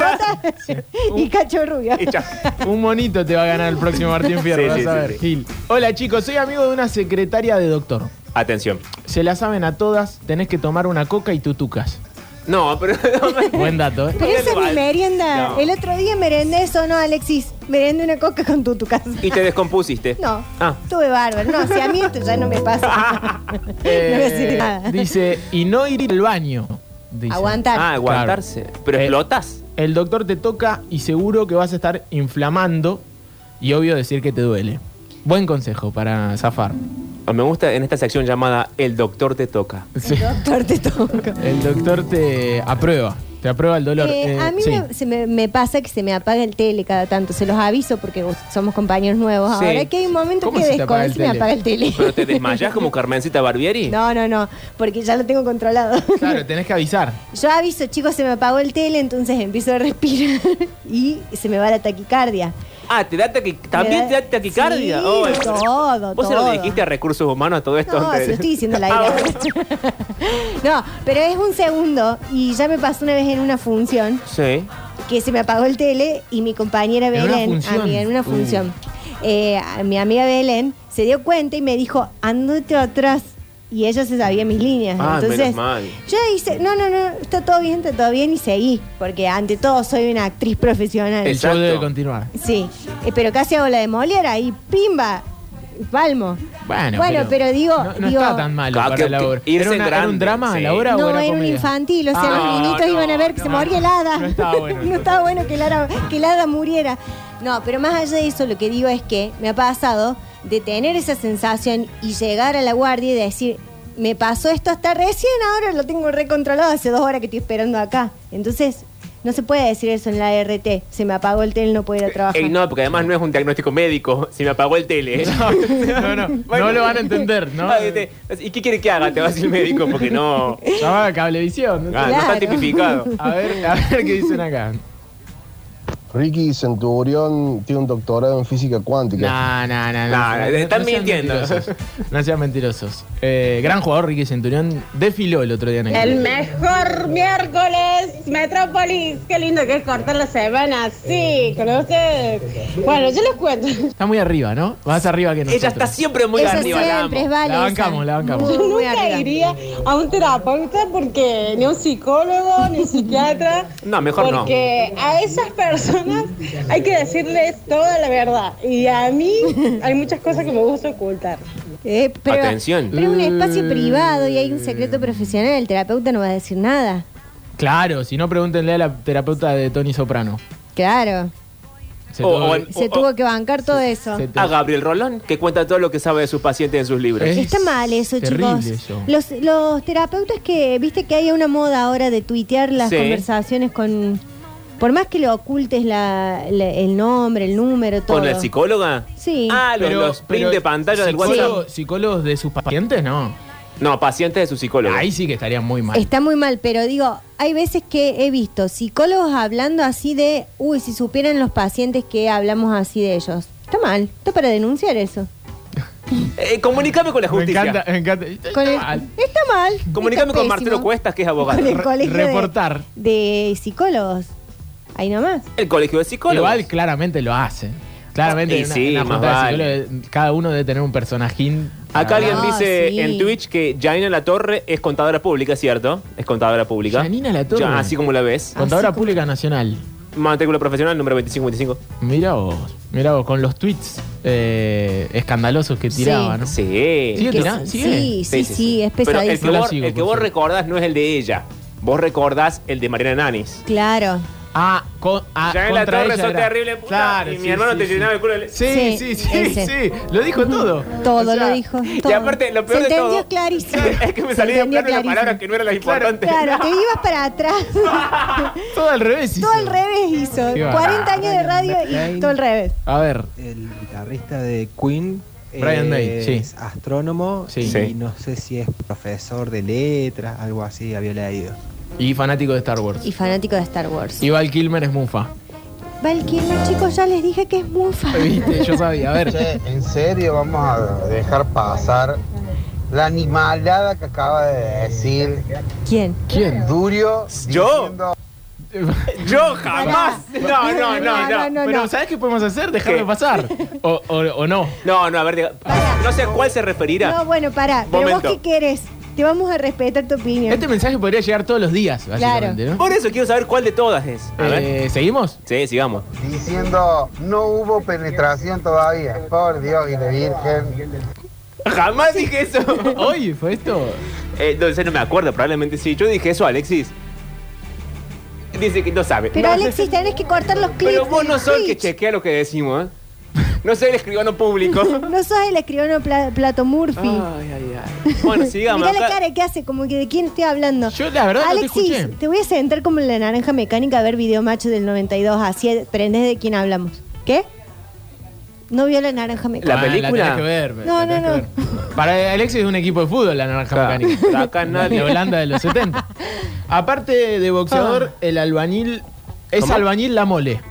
Speaker 6: y Cacho Rubio.
Speaker 7: y chao.
Speaker 5: Un monito te va a ganar el próximo Martín Fierro,
Speaker 7: Sí,
Speaker 5: vas
Speaker 7: sí,
Speaker 5: a
Speaker 7: sí,
Speaker 5: ver.
Speaker 7: sí.
Speaker 5: Gil. Hola chicos, soy amigo de una secretaria de doctor.
Speaker 7: Atención.
Speaker 5: Se la saben a todas, tenés que tomar una coca y tutucas.
Speaker 7: No, pero.
Speaker 5: Buen dato, ¿eh?
Speaker 6: Pero esa es mi merienda.
Speaker 7: No.
Speaker 6: El otro día merendé eso, ¿no, Alexis? Merendé una coca con tu, tu casa.
Speaker 7: y te descompusiste.
Speaker 6: No,
Speaker 7: Ah.
Speaker 6: estuve bárbaro. No, si a mí esto ya no me pasa. no me
Speaker 7: Eh,
Speaker 6: sirve nada.
Speaker 5: Eh, Dice, y no ir al baño. dice.
Speaker 6: Aguantar.
Speaker 7: Ah, aguantarse. Pero
Speaker 5: Eh,
Speaker 7: explotas.
Speaker 5: El doctor te toca y seguro que vas a estar inflamando y obvio decir que te duele. Buen consejo para zafar.
Speaker 7: ah, Me gusta en esta sección llamada El doctor te toca.
Speaker 5: Sí.
Speaker 6: Doctor, te toca.
Speaker 5: El doctor te aprueba, te aprueba el dolor.
Speaker 6: Eh,
Speaker 5: Eh,
Speaker 6: a mí
Speaker 5: sí.
Speaker 6: me, se me, me pasa que se me apaga el tele cada tanto. Se los aviso porque vos- somos compañeros nuevos
Speaker 7: Sí.
Speaker 6: ahora. Que hay un momento
Speaker 5: ¿Cómo
Speaker 6: que
Speaker 5: se te apaga
Speaker 6: desconozco
Speaker 5: el
Speaker 6: y me
Speaker 5: tele?
Speaker 6: apaga el tele.
Speaker 7: ¿Pero te desmayas como Carmencita Barbieri?
Speaker 6: No, no, no. Porque ya lo tengo controlado.
Speaker 5: Claro, tenés que avisar.
Speaker 6: Yo aviso, chicos, se me apagó el tele, entonces empiezo a respirar y se me va la taquicardia.
Speaker 7: Ah, te da taqui- también
Speaker 6: Me da-
Speaker 7: te da taquicardia.
Speaker 6: Sí,
Speaker 7: Oh, el-
Speaker 6: todo,
Speaker 7: ¿Vos se
Speaker 6: todo.
Speaker 7: lo dijiste a recursos humanos todo esto?
Speaker 6: No,
Speaker 7: antes?
Speaker 6: se lo estoy diciendo al
Speaker 7: Ah,
Speaker 6: aire.
Speaker 7: bueno.
Speaker 6: no, pero es un segundo y ya me pasó una vez en una función
Speaker 7: Sí.
Speaker 6: que se me apagó el tele y mi compañera
Speaker 5: En una
Speaker 6: Belén,
Speaker 5: función. Uh.
Speaker 6: amiga, en una función, eh, a- mi amiga Belén se dio cuenta y me dijo, andate atrás. Y ella se sabía mis líneas.
Speaker 7: Ah, menos
Speaker 6: Entonces,
Speaker 7: mal.
Speaker 6: yo hice, no, no, no, está todo bien, está todo bien y seguí, porque ante todo soy una actriz profesional.
Speaker 5: El
Speaker 7: Exacto.
Speaker 5: show debe continuar.
Speaker 6: Sí, eh, pero casi hago la de Moliera y pimba, palmo.
Speaker 5: Bueno,
Speaker 6: pero, digo,
Speaker 5: No, no
Speaker 6: digo,
Speaker 5: está tan malo
Speaker 7: Ah,
Speaker 5: para
Speaker 7: que-
Speaker 5: la
Speaker 7: que
Speaker 5: obra.
Speaker 7: irse
Speaker 5: ¿Era, una-
Speaker 7: en
Speaker 5: era un
Speaker 7: grande,
Speaker 5: drama
Speaker 7: sí.
Speaker 5: la obra o
Speaker 6: no,
Speaker 5: era,
Speaker 6: era un
Speaker 5: comedia?
Speaker 6: infantil, o sea,
Speaker 7: Ah,
Speaker 6: los
Speaker 7: no,
Speaker 6: niñitos
Speaker 7: no,
Speaker 6: iban a ver que se
Speaker 5: no,
Speaker 6: moría el hada.
Speaker 5: no estaba bueno.
Speaker 6: No estaba bueno que el, hada, que el hada muriera. No, pero más allá de eso, lo que digo es que me ha pasado de tener esa sensación y llegar a la guardia y decir, me pasó esto hasta recién, ahora lo tengo recontrolado, hace dos horas que estoy esperando acá. Entonces, no se puede decir eso en la RT. Se me apagó el tele, no puedo ir a trabajar.
Speaker 7: Ey, Eh, no, porque además no es un diagnóstico médico. Se me apagó el tele.
Speaker 5: No, no, no lo van a entender, ¿no?
Speaker 7: Ah, este, ¿Y qué quiere que haga? Te va a decir el médico porque no. ah,
Speaker 5: Llamaba a Cablevisión.
Speaker 7: No
Speaker 6: Claro.
Speaker 7: está tipificado.
Speaker 5: A ver, a ver qué dicen acá.
Speaker 9: Ricky Centurión tiene un doctorado en física cuántica.
Speaker 5: No, no, no.
Speaker 7: No, no, están
Speaker 5: sean
Speaker 7: mintiendo.
Speaker 5: mentirosos. No sean mentirosos. Eh, gran jugador Ricky Centurión desfiló el otro día en el.
Speaker 4: El mejor miércoles, Metrópolis. Qué lindo que es cortar la semana así, con ustedes. Bueno, yo les cuento.
Speaker 5: Está muy arriba, ¿no? Más arriba que nosotros.
Speaker 7: Ella está siempre muy
Speaker 6: Esa
Speaker 7: arriba, la
Speaker 6: siempre
Speaker 7: amo.
Speaker 6: es vale.
Speaker 5: La
Speaker 6: esa.
Speaker 5: bancamos, la bancamos.
Speaker 6: Muy,
Speaker 4: Yo
Speaker 6: muy
Speaker 4: nunca
Speaker 6: arriba.
Speaker 4: iría a un terapeuta porque ni un psicólogo, ni psiquiatra.
Speaker 7: No, mejor no.
Speaker 4: porque a esas personas hay que decirles toda la verdad. Y a mí hay muchas cosas que me gusta ocultar.
Speaker 6: Eh, pero-
Speaker 7: Atención.
Speaker 6: Pero es un espacio privado y hay un secreto profesional. El terapeuta no va a decir nada.
Speaker 5: Claro, si no, pregúntenle a la terapeuta de Tony Soprano.
Speaker 6: Claro.
Speaker 5: Se
Speaker 7: O-
Speaker 5: todo-
Speaker 7: o en-
Speaker 6: Se tuvo que bancar todo eso.
Speaker 5: se te-
Speaker 7: A Gabriel Rolón, que cuenta todo lo que sabe de sus pacientes en sus libros.
Speaker 5: Es
Speaker 6: Está mal eso,
Speaker 5: terrible
Speaker 6: chicos.
Speaker 5: eso.
Speaker 6: Los, los terapeutas que, viste que hay una moda ahora de tuitear las
Speaker 7: Sí.
Speaker 6: conversaciones con... Por más que le ocultes la- la- el nombre, el número, todo.
Speaker 7: ¿Con la psicóloga?
Speaker 6: Sí.
Speaker 7: Ah, los, los print de pantalla del
Speaker 5: psicólogo-
Speaker 7: WhatsApp.
Speaker 5: ¿Psicólogos de sus pacientes? No.
Speaker 7: No, pacientes de su psicólogo.
Speaker 5: Ahí sí que estaría muy mal.
Speaker 6: Está muy mal, pero digo, hay veces que he visto psicólogos hablando así de, uy, si supieran los pacientes que hablamos así de ellos. Está mal, está para denunciar eso.
Speaker 7: Eh, comunícame con la
Speaker 5: me
Speaker 7: justicia.
Speaker 5: encanta, me encanta. Está
Speaker 6: Con el-
Speaker 5: mal.
Speaker 6: está mal.
Speaker 7: Comunícame con
Speaker 6: está pésimo.
Speaker 7: Marcelo Cuestas, que es abogado.
Speaker 6: Con el
Speaker 5: Re-
Speaker 6: colegio de-
Speaker 5: reportar.
Speaker 6: de psicólogos. Ahí nomás.
Speaker 7: El colegio de psicólogos.
Speaker 5: Igual claramente lo hacen. Claramente
Speaker 7: Y
Speaker 5: en una-
Speaker 7: sí,
Speaker 5: en una
Speaker 7: más
Speaker 5: junta de
Speaker 7: vale.
Speaker 5: psicólogos, cada uno debe tener un personajín.
Speaker 7: Acá alguien
Speaker 6: No,
Speaker 7: dice
Speaker 6: Ah, sí.
Speaker 7: en Twitch que Janina La Torre es contadora pública, ¿cierto? Es contadora pública.
Speaker 5: Janina Latorre.
Speaker 7: Ya, así como la ves.
Speaker 5: Contadora
Speaker 6: Así como-
Speaker 5: Pública Nacional.
Speaker 7: Matrícula profesional número 2525.
Speaker 5: Mira vos, mira vos, con los tweets eh, escandalosos que tiraba, ¿no?
Speaker 7: Sí.
Speaker 5: Sí,
Speaker 6: Que-
Speaker 5: tirá,
Speaker 6: sí,
Speaker 5: sigue.
Speaker 6: sí, sí, es
Speaker 7: Pero el
Speaker 6: pesadísimo.
Speaker 7: que,
Speaker 5: No la
Speaker 7: vos,
Speaker 5: sigo,
Speaker 7: el que
Speaker 5: por
Speaker 7: vos
Speaker 5: favor.
Speaker 7: recordás no es el de ella. Vos recordás el de Mariana Nanis.
Speaker 6: Claro.
Speaker 5: Ah, con, ah,
Speaker 7: Ya en la
Speaker 5: contra
Speaker 7: torre
Speaker 5: ella
Speaker 7: sos
Speaker 5: era-
Speaker 7: terrible, puta, y mi hermano te llenaba el culo de-
Speaker 5: Sí, sí,
Speaker 6: Sí,
Speaker 5: sí,
Speaker 6: ese.
Speaker 5: sí. Lo dijo todo.
Speaker 6: Todo
Speaker 5: O sea,
Speaker 6: lo dijo.
Speaker 7: Y
Speaker 6: todo.
Speaker 7: aparte, lo peor
Speaker 6: Se
Speaker 7: de
Speaker 6: entendió
Speaker 7: todo.
Speaker 6: clarísimo.
Speaker 7: Es que me
Speaker 6: Se
Speaker 7: salía
Speaker 6: entendió
Speaker 7: claro una
Speaker 6: clarísimo.
Speaker 7: palabra que no era la importante.
Speaker 6: Claro, te ibas para atrás.
Speaker 5: Todo al revés. hizo.
Speaker 6: todo al revés hizo.
Speaker 5: Qué
Speaker 6: 40 años de radio y
Speaker 12: Brian-
Speaker 6: todo al revés.
Speaker 5: A ver,
Speaker 12: El guitarrista de Queen.
Speaker 5: Brian May, sí.
Speaker 12: Eh, Es astrónomo
Speaker 5: Sí.
Speaker 12: y
Speaker 7: Sí.
Speaker 12: no sé si es profesor de letras, algo así, había leído.
Speaker 5: y fanático de Star Wars.
Speaker 6: Y fanático de Star Wars.
Speaker 5: Y Val Kilmer es mufa.
Speaker 6: Val Kilmer, chicos, ya les dije que es mufa.
Speaker 5: Viste, yo sabía. A ver,
Speaker 13: Che, en serio vamos a dejar pasar la animalada que acaba de decir
Speaker 6: ¿Quién?
Speaker 5: ¿quién?
Speaker 13: Durio.
Speaker 7: ¿Yo?
Speaker 13: diciendo-
Speaker 7: Yo jamás. No,
Speaker 6: Pará.
Speaker 7: no, no, no.
Speaker 6: no,
Speaker 5: Pero
Speaker 6: no.
Speaker 5: ¿sabes qué podemos hacer? Dejarlo
Speaker 7: ¿Qué?
Speaker 5: pasar. O, o, o no.
Speaker 7: No, no, a ver, diga- no sé a cuál se referirá.
Speaker 6: No, bueno, pará.
Speaker 7: Momento.
Speaker 6: Pero vos qué querés. Te vamos a respetar tu opinión.
Speaker 5: Este mensaje podría llegar todos los días, básicamente, ¿no?
Speaker 7: Por eso quiero saber cuál de todas es. A ver.
Speaker 5: Eh, ¿Seguimos?
Speaker 7: Sí, sigamos.
Speaker 13: Diciendo, no hubo penetración todavía. Por Dios y la Virgen.
Speaker 7: Jamás dije eso.
Speaker 5: ¿Hoy fue esto?
Speaker 7: Eh, no sé, no me acuerdo, probablemente sí. Yo dije eso a Alexis. Dice que no sabe.
Speaker 6: Pero
Speaker 7: No,
Speaker 6: Alexis, tenés que cortar los clips.
Speaker 7: Pero vos
Speaker 6: del
Speaker 7: no sos el que
Speaker 6: Twitch.
Speaker 7: chequea lo que decimos, ¿eh? No soy el escribano público.
Speaker 6: No sos el escribano Pla- Plato Murphy.
Speaker 7: Ay, ay, ay. Bueno, Ah, sigamos.
Speaker 6: Mirá la
Speaker 7: Acá-
Speaker 6: cara que hace, como que de quién estoy hablando.
Speaker 5: Yo, la verdad, no te
Speaker 6: Alexis,
Speaker 5: escuché.
Speaker 6: te voy a sentar como en la naranja mecánica a ver video macho del 92. Así aprendés de quién hablamos. ¿Qué? No vio la naranja
Speaker 7: La
Speaker 6: mecánica.
Speaker 5: Ah,
Speaker 7: película.
Speaker 5: tenés que ver,
Speaker 6: No,
Speaker 5: la tenés
Speaker 6: no,
Speaker 5: que ver. Para Alexis es un equipo de fútbol, la Naranja
Speaker 7: Claro.
Speaker 5: Mecánica.
Speaker 7: Acá nadie.
Speaker 5: De Holanda de los 70. Aparte de
Speaker 6: Ah.
Speaker 5: boxeador, el albañil. Es
Speaker 7: ¿Cómo?
Speaker 5: albañil la mole.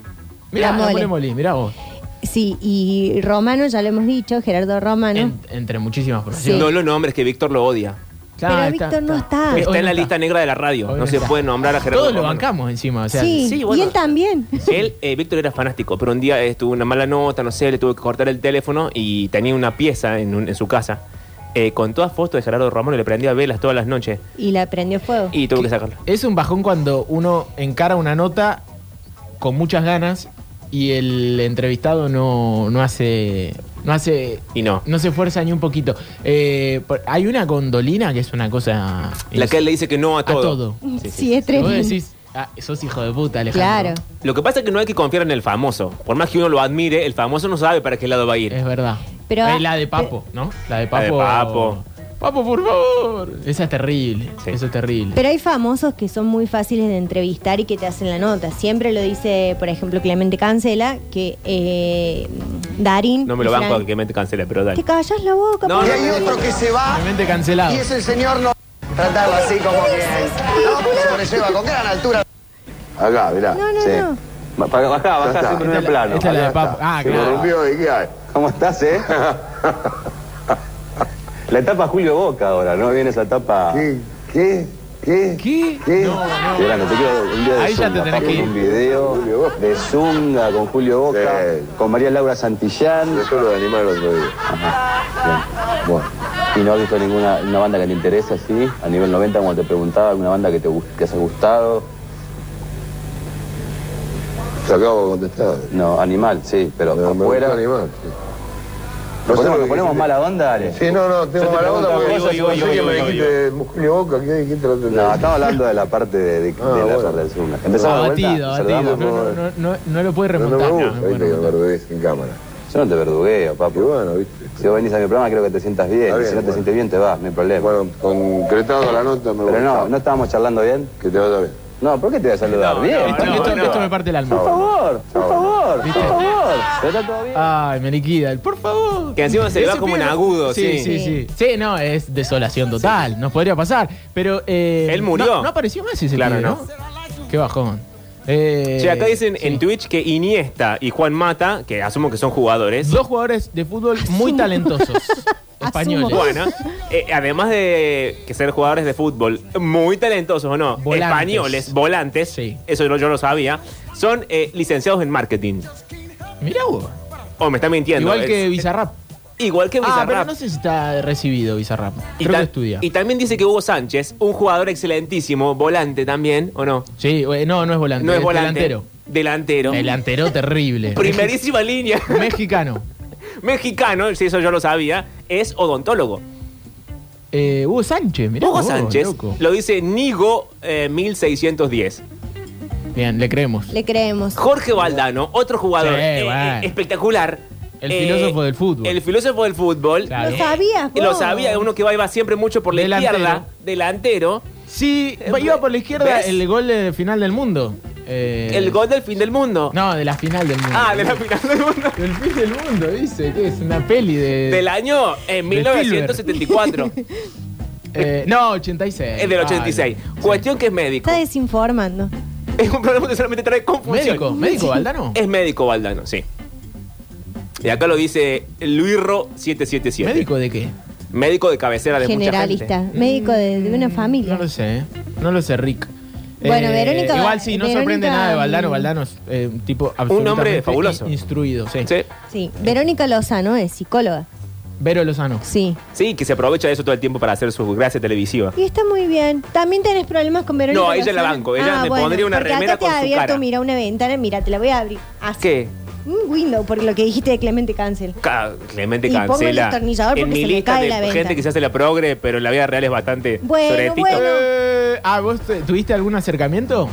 Speaker 5: Mirá,
Speaker 6: La
Speaker 5: la mole.
Speaker 6: Mole.
Speaker 5: Moli, mirá vos.
Speaker 6: Sí, y Romano, ya lo hemos dicho, Gerardo Romano.
Speaker 5: En- entre muchísimas profesiones.
Speaker 7: No lo nombres, que Víctor lo odia.
Speaker 5: Claro,
Speaker 6: Pero Víctor no está.
Speaker 5: Hoy
Speaker 7: Está en
Speaker 5: no
Speaker 7: la lista negra de la radio.
Speaker 5: Hoy
Speaker 7: no
Speaker 5: no
Speaker 7: se
Speaker 5: está.
Speaker 7: puede nombrar a Gerardo.
Speaker 5: Todos lo
Speaker 7: Romano.
Speaker 5: bancamos encima. O sea,
Speaker 6: sí,
Speaker 7: sí, bueno.
Speaker 6: y él también.
Speaker 7: Él, eh, Víctor era fanático, pero un día eh, tuvo una mala nota, no sé, le tuvo que cortar el teléfono y tenía una pieza en, un- en su casa eh, con todas fotos de Gerardo Romano y le prendía velas todas las noches
Speaker 6: Y la prendió fuego.
Speaker 7: y tuvo que sacarla.
Speaker 5: Es un bajón cuando uno encara una nota con muchas ganas y el entrevistado no, no hace. No hace.
Speaker 7: Y no.
Speaker 5: No se esfuerza ni un poquito. Eh, por- hay una gondolina que es una cosa.
Speaker 7: La que él le dice que no a
Speaker 5: a
Speaker 7: todo.
Speaker 5: todo.
Speaker 6: Mm, sí,
Speaker 7: sí,
Speaker 6: es
Speaker 5: Que Vos
Speaker 6: tremendo.
Speaker 5: decís, ah, sos hijo de puta, Alejandro.
Speaker 6: Claro.
Speaker 7: Lo que pasa es que no hay que confiar en el famoso. Por más que uno lo admire, el famoso no sabe para qué lado va a ir.
Speaker 5: Es verdad.
Speaker 6: Pero-
Speaker 5: Eh, la de Papo, ¿no? La de Papo.
Speaker 7: La de Papo.
Speaker 5: Papo, por favor. Esa es terrible.
Speaker 7: Sí.
Speaker 5: Esa es terrible.
Speaker 6: Pero hay famosos que son muy fáciles de entrevistar y que te hacen la nota. Siempre lo dice, por ejemplo, Clemente Cancela, que eh, Darín.
Speaker 7: No me lo
Speaker 6: y Fran-
Speaker 7: banco que me te cancela, pero dale.
Speaker 6: Te callas la boca,
Speaker 7: No,
Speaker 6: por
Speaker 13: Y
Speaker 7: no,
Speaker 13: hay
Speaker 6: favor.
Speaker 13: otro que se va
Speaker 5: Realmente cancelado.
Speaker 13: y ese señor no tratarlo así como que no, sobrelleva con gran altura.
Speaker 14: Acá, mirá.
Speaker 6: No, no,
Speaker 14: sí.
Speaker 6: no.
Speaker 14: Bajá, bajá, bajá, en primer plano.
Speaker 5: Esta es la de Papo. Ah,
Speaker 14: Se
Speaker 5: claro.
Speaker 14: corrompió, ¿y qué hay? ¿Cómo estás, eh? la etapa Julio Boca ahora, ¿no? Viene esa etapa...
Speaker 13: ¿Qué? ¿Qué? ¿Qué?
Speaker 5: ¿Qué?
Speaker 13: ¿Qué?
Speaker 5: No, no.
Speaker 14: Qué grande, te quiero un día de
Speaker 5: Ahí ya
Speaker 14: Zunga,
Speaker 5: te tenés
Speaker 14: Papo,
Speaker 5: que ir.
Speaker 14: Un video de Zunga con Julio Boca,
Speaker 13: Sí.
Speaker 14: con María Laura Santillán.
Speaker 13: Yo lo animé el otro día.
Speaker 14: Bueno, y no has visto ninguna una banda que te interese así, a nivel 90, como te preguntaba, alguna banda que te gu- que has gustado.
Speaker 13: Te acabo de contestar.
Speaker 14: No, animal, sí, pero
Speaker 13: Me- me
Speaker 14: afuera.
Speaker 13: gusta animar.
Speaker 14: Nosotros nos ponemos mala onda, Ale.
Speaker 9: Sí, no, no, tengo
Speaker 14: Yo te
Speaker 9: mala onda
Speaker 14: pregunto
Speaker 9: porque
Speaker 14: a vos,
Speaker 9: yo
Speaker 14: yo,
Speaker 9: sé que
Speaker 14: yo,
Speaker 9: me
Speaker 14: yo,
Speaker 9: dijiste musculio boca, ¿qué dijiste la otra vez?
Speaker 14: No, estaba hablando de la parte de, de, de
Speaker 9: Ah,
Speaker 14: la
Speaker 9: bueno.
Speaker 14: relación. Empezamos de
Speaker 5: abatido,
Speaker 14: vuelta.
Speaker 5: abatido.
Speaker 14: Saludamos,
Speaker 5: No,
Speaker 14: por-
Speaker 5: no, no, no- no lo puede
Speaker 14: No, no me
Speaker 5: remontar.
Speaker 14: gusta,
Speaker 5: no, no puede
Speaker 14: viste, que
Speaker 5: remontar.
Speaker 14: verdugues en cámara. Yo no te verdugueo, papi. bueno, viste. Si vos venís a mi programa, creo que te sientas bien.
Speaker 9: Está
Speaker 14: si
Speaker 9: bien,
Speaker 14: no te
Speaker 9: bueno.
Speaker 14: sientes bien, te vas, no hay problema. Bueno, concretado la nota, me Pero no, ¿no estábamos charlando bien? Que te vaya bien. No, ¿por qué te voy a saludar?
Speaker 5: No,
Speaker 14: bien.
Speaker 5: no, esto, esto- esto me parte el alma.
Speaker 14: Por favor, por favor, por
Speaker 5: ¿Viste?
Speaker 14: favor. Pero está todo bien.
Speaker 5: Ay, me liquida el por favor.
Speaker 7: Que encima se le va
Speaker 5: Ese
Speaker 7: como
Speaker 5: pibe
Speaker 7: en
Speaker 5: no-
Speaker 7: agudo,
Speaker 5: Sí,
Speaker 7: sí.
Speaker 5: sí, sí. Sí, no, es desolación total. Nos podría pasar. Pero. eh,
Speaker 7: Él murió.
Speaker 5: No, no apareció más ese
Speaker 7: Claro,
Speaker 5: pibe,
Speaker 7: no.
Speaker 5: Qué bajón. Eh,
Speaker 7: Che, acá dicen en Twitch que Iniesta y Juan Mata, que asumo que son jugadores.
Speaker 5: Dos jugadores de fútbol muy talentosos. españoles.
Speaker 7: Bueno, eh, además de que ser jugadores de fútbol muy talentosos o no,
Speaker 5: Volantes.
Speaker 7: españoles, volantes, eso yo, yo lo sabía, son eh, licenciados en marketing.
Speaker 5: Mirá vos.
Speaker 7: O me está mintiendo.
Speaker 5: Igual que
Speaker 7: es-
Speaker 5: Bizarrap.
Speaker 7: Igual que
Speaker 5: Ah, pero
Speaker 7: Bizarrap.
Speaker 5: no sé si está recibido Bizarrap.
Speaker 7: y,
Speaker 5: Creo
Speaker 7: ta-
Speaker 5: que estudia.
Speaker 7: y también dice que Hugo Sánchez, un jugador excelentísimo, volante también, ¿o no?
Speaker 5: Sí, eh, no, no es volante.
Speaker 7: No es
Speaker 5: es
Speaker 7: volante.
Speaker 5: Delantero.
Speaker 7: Delantero.
Speaker 5: Delantero terrible.
Speaker 7: Primerísima línea.
Speaker 5: Mexicano.
Speaker 7: Mexicano, si eso yo lo sabía, es odontólogo.
Speaker 5: Eh, Hugo Sánchez, mirá.
Speaker 7: Hugo
Speaker 5: vos,
Speaker 7: Sánchez
Speaker 5: loco.
Speaker 7: lo dice Nigo eh, 1610.
Speaker 5: Bien, le creemos.
Speaker 6: Le creemos.
Speaker 7: Jorge Valdano, otro jugador
Speaker 5: Sí,
Speaker 7: eh,
Speaker 5: bueno.
Speaker 7: eh, espectacular.
Speaker 5: El
Speaker 7: Eh,
Speaker 5: filósofo del fútbol.
Speaker 7: El filósofo del fútbol.
Speaker 5: Claro.
Speaker 6: Lo sabías,
Speaker 7: Y Lo
Speaker 6: vos.
Speaker 7: sabía, uno que va, iba siempre mucho por la
Speaker 5: Delantero.
Speaker 7: izquierda, delantero.
Speaker 5: Sí, iba por la izquierda
Speaker 7: Eh, ¿Ves?
Speaker 5: el gol del final del mundo. Eh,
Speaker 7: El gol del fin del mundo.
Speaker 5: No, de la final del mundo.
Speaker 7: Ah, de la final del mundo.
Speaker 5: El fin del mundo, dice. ¿Qué es? Una peli de.
Speaker 7: Del año eh, en
Speaker 5: de
Speaker 7: 1974.
Speaker 5: eh, no, 86.
Speaker 7: es del
Speaker 5: Vale.
Speaker 7: 86.
Speaker 5: Ah,
Speaker 7: Cuestión que es médico.
Speaker 6: Está desinformando.
Speaker 7: Es un problema que solamente trae confusión.
Speaker 5: Médico, médico, Valdano.
Speaker 7: Es médico Valdano, sí. Y acá lo dice Luirro 777.
Speaker 5: ¿Médico de qué?
Speaker 7: Médico de cabecera de mucha
Speaker 6: Generalista.
Speaker 7: gente. Mm,
Speaker 6: Médico de, de una familia.
Speaker 5: No lo sé. No lo sé, Rick. Eh,
Speaker 6: Bueno, Verónica-
Speaker 5: Igual sí, no
Speaker 6: Verónica-
Speaker 5: sorprende nada de Valdano. Valdano es eh, un tipo absolutamente
Speaker 7: hombre fabuloso.
Speaker 5: in- Instruido, sí.
Speaker 7: Sí.
Speaker 6: Sí. Verónica Lozano es psicóloga.
Speaker 5: Vero Lozano.
Speaker 6: Sí.
Speaker 7: Sí, que se aprovecha de eso todo el tiempo para hacer su gracia televisiva.
Speaker 6: Y está muy bien. También tenés problemas con Verónica.
Speaker 7: No, ella la
Speaker 6: Lozano? Ah,
Speaker 7: banco. Ella me pondría una
Speaker 6: porque
Speaker 7: remera
Speaker 6: acá te
Speaker 7: con
Speaker 6: ha
Speaker 7: su
Speaker 6: abierto,
Speaker 7: cara.
Speaker 6: mira, una ventana. Mira, te la voy a abrir. Así.
Speaker 7: ¿Qué?
Speaker 6: Un window, por lo que dijiste de Clemente Cancel.
Speaker 7: Ca- Clemente
Speaker 6: Y pongo el
Speaker 7: cancela.
Speaker 6: destornillador
Speaker 7: en
Speaker 6: porque
Speaker 7: mi
Speaker 6: se me
Speaker 7: lista
Speaker 6: cae
Speaker 7: de
Speaker 6: la venta.
Speaker 7: gente que se hace la progre, pero en la vida real es bastante
Speaker 6: Bueno,
Speaker 7: soretito.
Speaker 6: bueno.
Speaker 5: Eh, ah, ¿vos te- tuviste algún acercamiento?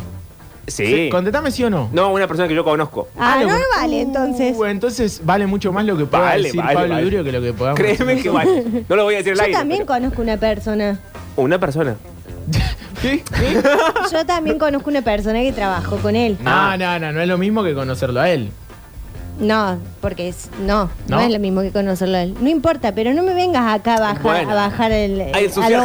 Speaker 7: Sí.
Speaker 5: Contestame sí o no.
Speaker 7: No, una persona que yo conozco.
Speaker 6: Ah,
Speaker 5: lo
Speaker 6: no,
Speaker 5: con-
Speaker 6: no vale, entonces.
Speaker 5: Uh, entonces vale mucho más lo que pueda
Speaker 7: Vale,
Speaker 5: decir
Speaker 7: vale,
Speaker 5: Pablo
Speaker 7: vale.
Speaker 5: Durio que lo que podamos
Speaker 7: Créeme que vale. No lo voy a decir al
Speaker 6: Yo
Speaker 7: aire,
Speaker 6: también conozco una persona.
Speaker 7: pero- Una persona.
Speaker 5: ¿Sí? ¿Sí?
Speaker 6: Yo también conozco una persona que trabajó con él.
Speaker 5: No, no, no, no es lo mismo que conocerlo a él.
Speaker 6: No, porque es, no, no,
Speaker 5: ¿No?
Speaker 6: es lo mismo que conocerlo a él. No importa, pero no me vengas acá a bajar,
Speaker 7: Bueno.
Speaker 6: a bajar el,
Speaker 7: A ensuciar
Speaker 6: al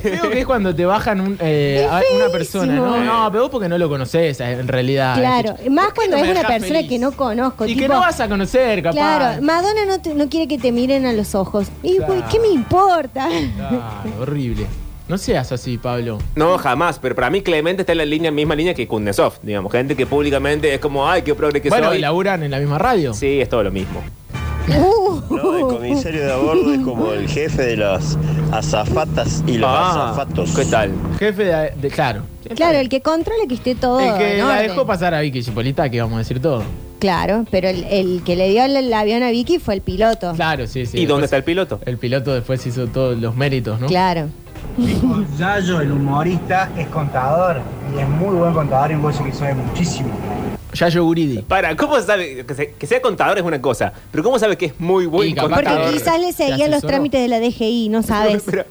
Speaker 7: gente.
Speaker 5: Creo que es cuando te bajan un, eh,
Speaker 6: Es
Speaker 5: a- una persona,
Speaker 6: feísimo.
Speaker 5: ¿no? No, pero vos porque no lo conoces en realidad.
Speaker 6: Claro,
Speaker 5: Es-
Speaker 6: más
Speaker 5: Ah, ¿Por qué
Speaker 6: cuando
Speaker 5: no me
Speaker 6: es una
Speaker 5: dejás
Speaker 6: persona
Speaker 5: feliz?
Speaker 6: que no conozco.
Speaker 5: Y
Speaker 6: tipo,
Speaker 5: que no vas a conocer, capaz.
Speaker 6: Claro, Madonna no, te- no quiere que te miren a los ojos. Y
Speaker 5: Claro.
Speaker 6: güey, ¿qué me importa?
Speaker 5: Claro, Ah, horrible. No seas así, Pablo.
Speaker 7: No, jamás. Pero para mí Clemente está en la línea, misma línea que Kundesov. Digamos, gente que públicamente es como, ay, qué progre que
Speaker 5: bueno,
Speaker 7: soy.
Speaker 5: laburan en la misma radio.
Speaker 7: Sí, es todo lo mismo.
Speaker 11: No, el comisario de a bordo es como el jefe de las azafatas y los
Speaker 7: Ah,
Speaker 11: azafatos.
Speaker 7: ¿Qué tal?
Speaker 5: Jefe de, de- claro.
Speaker 6: Claro, el que controla que esté todo.
Speaker 5: El que
Speaker 6: Oh, en
Speaker 5: la
Speaker 6: orden.
Speaker 5: dejó pasar a Vicky Chipolita, que vamos a decir todo.
Speaker 6: Claro, pero el, el que le dio el, el avión a Vicky fue el piloto.
Speaker 5: Claro, sí, sí. pues-
Speaker 7: ¿Y dónde está
Speaker 5: Después-
Speaker 7: el piloto?
Speaker 5: El piloto después hizo todos los méritos, ¿no?
Speaker 6: Claro.
Speaker 15: Yayo, el humorista, es contador. Y es muy buen contador y un bolso que sabe muchísimo.
Speaker 5: Yayo Guridi.
Speaker 7: Para, ¿cómo sabe? Que, se- que sea contador es una cosa, pero ¿cómo sabe que es muy
Speaker 5: Y
Speaker 7: buen
Speaker 5: capaz
Speaker 6: Porque
Speaker 7: contador?
Speaker 6: quizás le seguía los
Speaker 5: asesoró?
Speaker 6: trámites de la DGI, no sabes.
Speaker 7: Pero,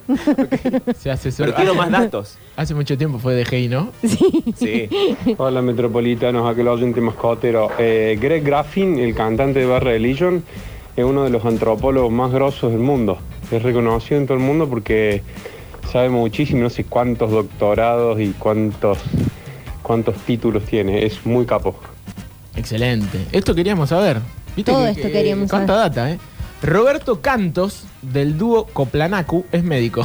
Speaker 5: Se asesoró.
Speaker 7: pero quiero más datos.
Speaker 5: Hace mucho tiempo fue de GI, ¿no?
Speaker 7: Sí.
Speaker 16: Hola metropolitanos, aquel oyente mascotero. Eh, Greg Graffin, el cantante de Bad Religion, es uno de los antropólogos más grosos del mundo. Es reconocido en todo el mundo porque sabe muchísimo, no sé cuántos doctorados y cuántos, cuántos títulos tiene. Es muy capo.
Speaker 5: Excelente. Esto queríamos saber. ¿Viste
Speaker 6: Todo esto queríamos
Speaker 5: cuánta data, ¿eh? Roberto Cantos, del dúo Coplanacu, es médico.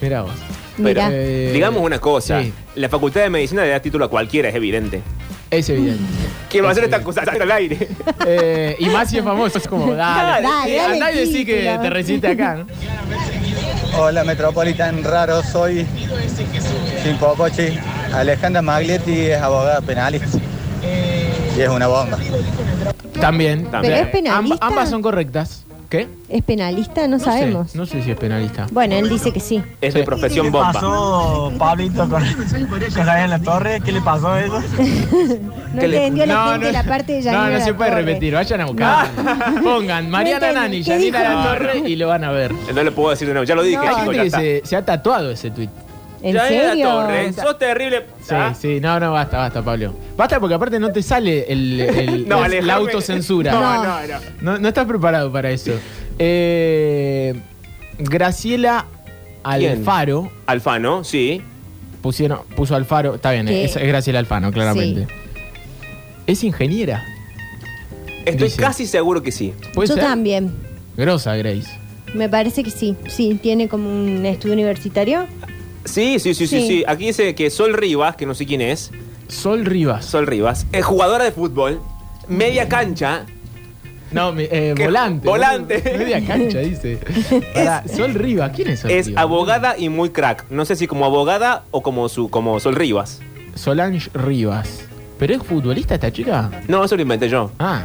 Speaker 5: Mirá vos.
Speaker 7: Pero,
Speaker 6: Mirá.
Speaker 5: Eh,
Speaker 7: digamos una cosa,
Speaker 5: sí.
Speaker 7: la facultad de medicina le da título a cualquiera, es evidente.
Speaker 5: Es evidente.
Speaker 7: ¿Quién va a hacer esta cosa al aire?
Speaker 5: Eh, y más si es famoso, es como, dale.
Speaker 6: Dale, dale,
Speaker 5: andá
Speaker 6: dale
Speaker 5: y decí que
Speaker 6: título.
Speaker 5: te resiste acá, ¿no?
Speaker 15: Hola, Metropolitan Raro, soy Jim Pocochi. Alejandra Maglietti es abogada penalista. Y es una bomba.
Speaker 5: También.
Speaker 7: También.
Speaker 6: Pero es penalista.
Speaker 5: Amb- ambas son correctas. ¿Qué?
Speaker 6: ¿Es penalista?
Speaker 5: No
Speaker 6: No,
Speaker 5: sé,
Speaker 6: sabemos.
Speaker 5: no sé si es penalista.
Speaker 6: Bueno, él dice que sí.
Speaker 7: Es de profesión
Speaker 15: ¿Qué
Speaker 7: bomba.
Speaker 15: pasó, Pablito, con, con Javier La Torre? ¿Qué le pasó a eso?
Speaker 6: No
Speaker 5: ¿Qué le-
Speaker 6: entendió la
Speaker 5: No,
Speaker 6: gente
Speaker 5: no-
Speaker 6: la parte de
Speaker 5: No,
Speaker 6: Yanina
Speaker 5: no
Speaker 6: La
Speaker 5: se puede
Speaker 6: Torre.
Speaker 5: repetir, vayan a buscar. Pongan Mariana
Speaker 6: entendí.
Speaker 5: Nani,
Speaker 6: ¿Qué
Speaker 5: Yanina
Speaker 6: dijo?
Speaker 5: La Torre y lo van a ver.
Speaker 7: No le puedo decir de nuevo, ya lo dije,
Speaker 5: Hay
Speaker 7: chicos,
Speaker 5: gente
Speaker 7: ya
Speaker 5: que
Speaker 7: está.
Speaker 5: se, se ha tatuado ese tweet.
Speaker 6: ¿En
Speaker 7: Ya era
Speaker 6: serio?
Speaker 7: Torre, sos terrible. ¿Ah?
Speaker 5: Sí, sí, no, no, basta, basta, Pablo. Basta porque aparte no te sale el, el-
Speaker 7: No,
Speaker 5: la-
Speaker 7: Alejandro,
Speaker 5: la autocensura.
Speaker 7: No, no, no.
Speaker 5: No, no estás preparado para eso. Eh, Graciela
Speaker 7: ¿Quién?
Speaker 5: Alfaro
Speaker 7: Alfano, sí.
Speaker 5: pusieron, puso Alfaro. Está bien,
Speaker 7: ¿Qué?
Speaker 5: es, es Graciela Alfano, claramente. Es ingeniera.
Speaker 7: Estoy
Speaker 5: Dice.
Speaker 7: casi seguro que sí.
Speaker 5: ¿Puede
Speaker 6: Yo
Speaker 5: ser?
Speaker 6: también.
Speaker 5: Grosa, Grace.
Speaker 6: Me parece que sí. Sí, tiene como un estudio universitario.
Speaker 7: Sí, sí, sí, sí,
Speaker 6: Sí.
Speaker 7: sí. Aquí dice que Sol Rivas, que no sé quién es.
Speaker 5: Sol Rivas.
Speaker 7: Sol Rivas. Es jugadora de fútbol, media cancha.
Speaker 5: No, mi- eh,
Speaker 7: ¿Qué?
Speaker 5: volante.
Speaker 7: Volante.
Speaker 5: Media cancha, dice. Pará, Sol Rivas, ¿quién es Sol
Speaker 7: Es
Speaker 5: Rivas?
Speaker 7: abogada y muy crack. No sé si como abogada o como su como Sol Rivas.
Speaker 5: Solange Rivas. ¿Pero es futbolista esta chica?
Speaker 7: No, eso lo inventé yo.
Speaker 5: Ah.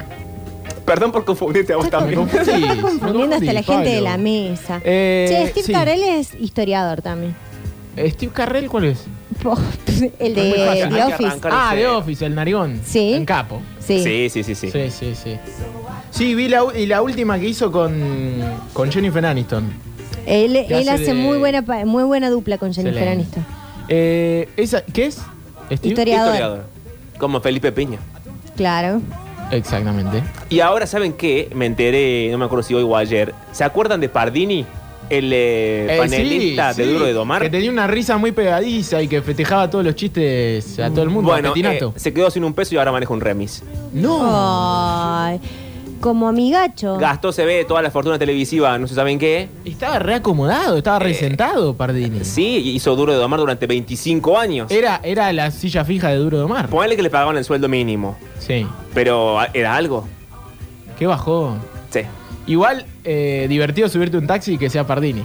Speaker 7: Perdón por confundirte a vos también.
Speaker 6: Está confundiendo hasta la gente de la mesa.
Speaker 5: Eh,
Speaker 6: che, Steve
Speaker 5: sí.
Speaker 6: Carell es historiador también.
Speaker 5: eh, ¿Steve Carrell cuál es?
Speaker 6: El
Speaker 5: No es muy
Speaker 6: de
Speaker 5: fácil.
Speaker 6: The Office.
Speaker 5: Ah, de Office, el narigón. Sí. En capo.
Speaker 6: Sí.
Speaker 7: Sí, sí, sí, sí.
Speaker 5: Sí, sí, sí. Sí, vi la, u- y la última que hizo con, con Jennifer Aniston.
Speaker 6: Él,
Speaker 5: Que
Speaker 6: él
Speaker 5: hace de-
Speaker 6: hace muy buena pa- muy buena dupla con Jennifer
Speaker 5: Excelente.
Speaker 6: Aniston.
Speaker 5: Eh, esa, ¿Qué es? Steve?
Speaker 6: Historiador.
Speaker 7: Como Felipe Piña.
Speaker 6: Claro.
Speaker 5: Exactamente.
Speaker 7: Y ahora, ¿saben qué? Me enteré, no me acuerdo si hoy o ayer. ¿Se acuerdan de Pardini? El eh,
Speaker 5: Eh,
Speaker 7: panelista
Speaker 5: sí,
Speaker 7: de
Speaker 5: sí,
Speaker 7: Duro de Domar.
Speaker 5: Que tenía una risa muy pegadiza y que festejaba todos los chistes a todo el mundo. a
Speaker 7: Bueno,
Speaker 5: Petinato.
Speaker 7: eh, se quedó sin un peso y ahora maneja un remis.
Speaker 5: Oh.
Speaker 6: Ay, como amigacho.
Speaker 7: Gastó, se ve toda la fortuna televisiva, no se saben qué.
Speaker 5: Estaba reacomodado, estaba resentado Pardini.
Speaker 7: Eh, Sí, hizo Duro de Domar durante 25 años.
Speaker 5: Era, era la silla fija de Duro de Omar.
Speaker 7: Ponele que le pagaban el sueldo mínimo,
Speaker 5: Sí.
Speaker 7: pero ah, era algo.
Speaker 5: Qué bajó.
Speaker 7: Sí.
Speaker 5: Igual, eh, divertido subirte un taxi y que sea Pardini.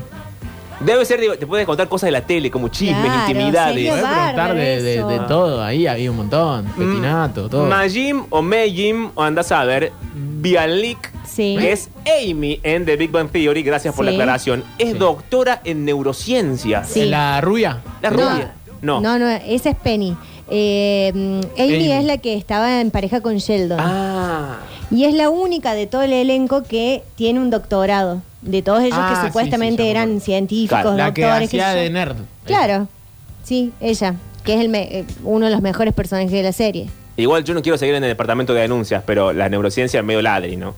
Speaker 7: Debe ser, digo, te puedes contar cosas de la tele, como chismes,
Speaker 6: Claro,
Speaker 7: intimidades.
Speaker 6: sería
Speaker 5: Podés preguntar de, de-
Speaker 6: eso.
Speaker 5: de todo, ahí había un
Speaker 7: Mm.
Speaker 5: montón. Mm. Petinato, todo. Eh,
Speaker 7: Majim o Mejim, o andás a ver, Bialik,
Speaker 6: Sí.
Speaker 7: que es Amy en The Big Bang Theory, gracias por la
Speaker 6: Sí.
Speaker 7: aclaración, es doctora en neurociencia.
Speaker 6: Sí.
Speaker 5: La rubia.
Speaker 7: La
Speaker 6: No.
Speaker 7: rubia. No.
Speaker 6: No, no, esa es Penny. Eh, mm, Amy,
Speaker 7: Amy.
Speaker 6: es la que estaba en pareja con Sheldon.
Speaker 7: Ah.
Speaker 6: Y es la única de todo el elenco que tiene un doctorado. De todos ellos
Speaker 5: Ah, sí,
Speaker 6: que
Speaker 5: sí,
Speaker 6: supuestamente
Speaker 5: ya me
Speaker 6: eran
Speaker 5: acuerdo.
Speaker 6: científicos,
Speaker 5: la que
Speaker 6: doctores. qué sé
Speaker 5: hacía
Speaker 6: yo.
Speaker 5: de nerd.
Speaker 6: Claro, sí, ella, que es el me- eh, uno de los mejores personajes de la serie.
Speaker 7: Igual yo no quiero seguir en el departamento de denuncias, pero la neurociencia es medio ladri, ¿no?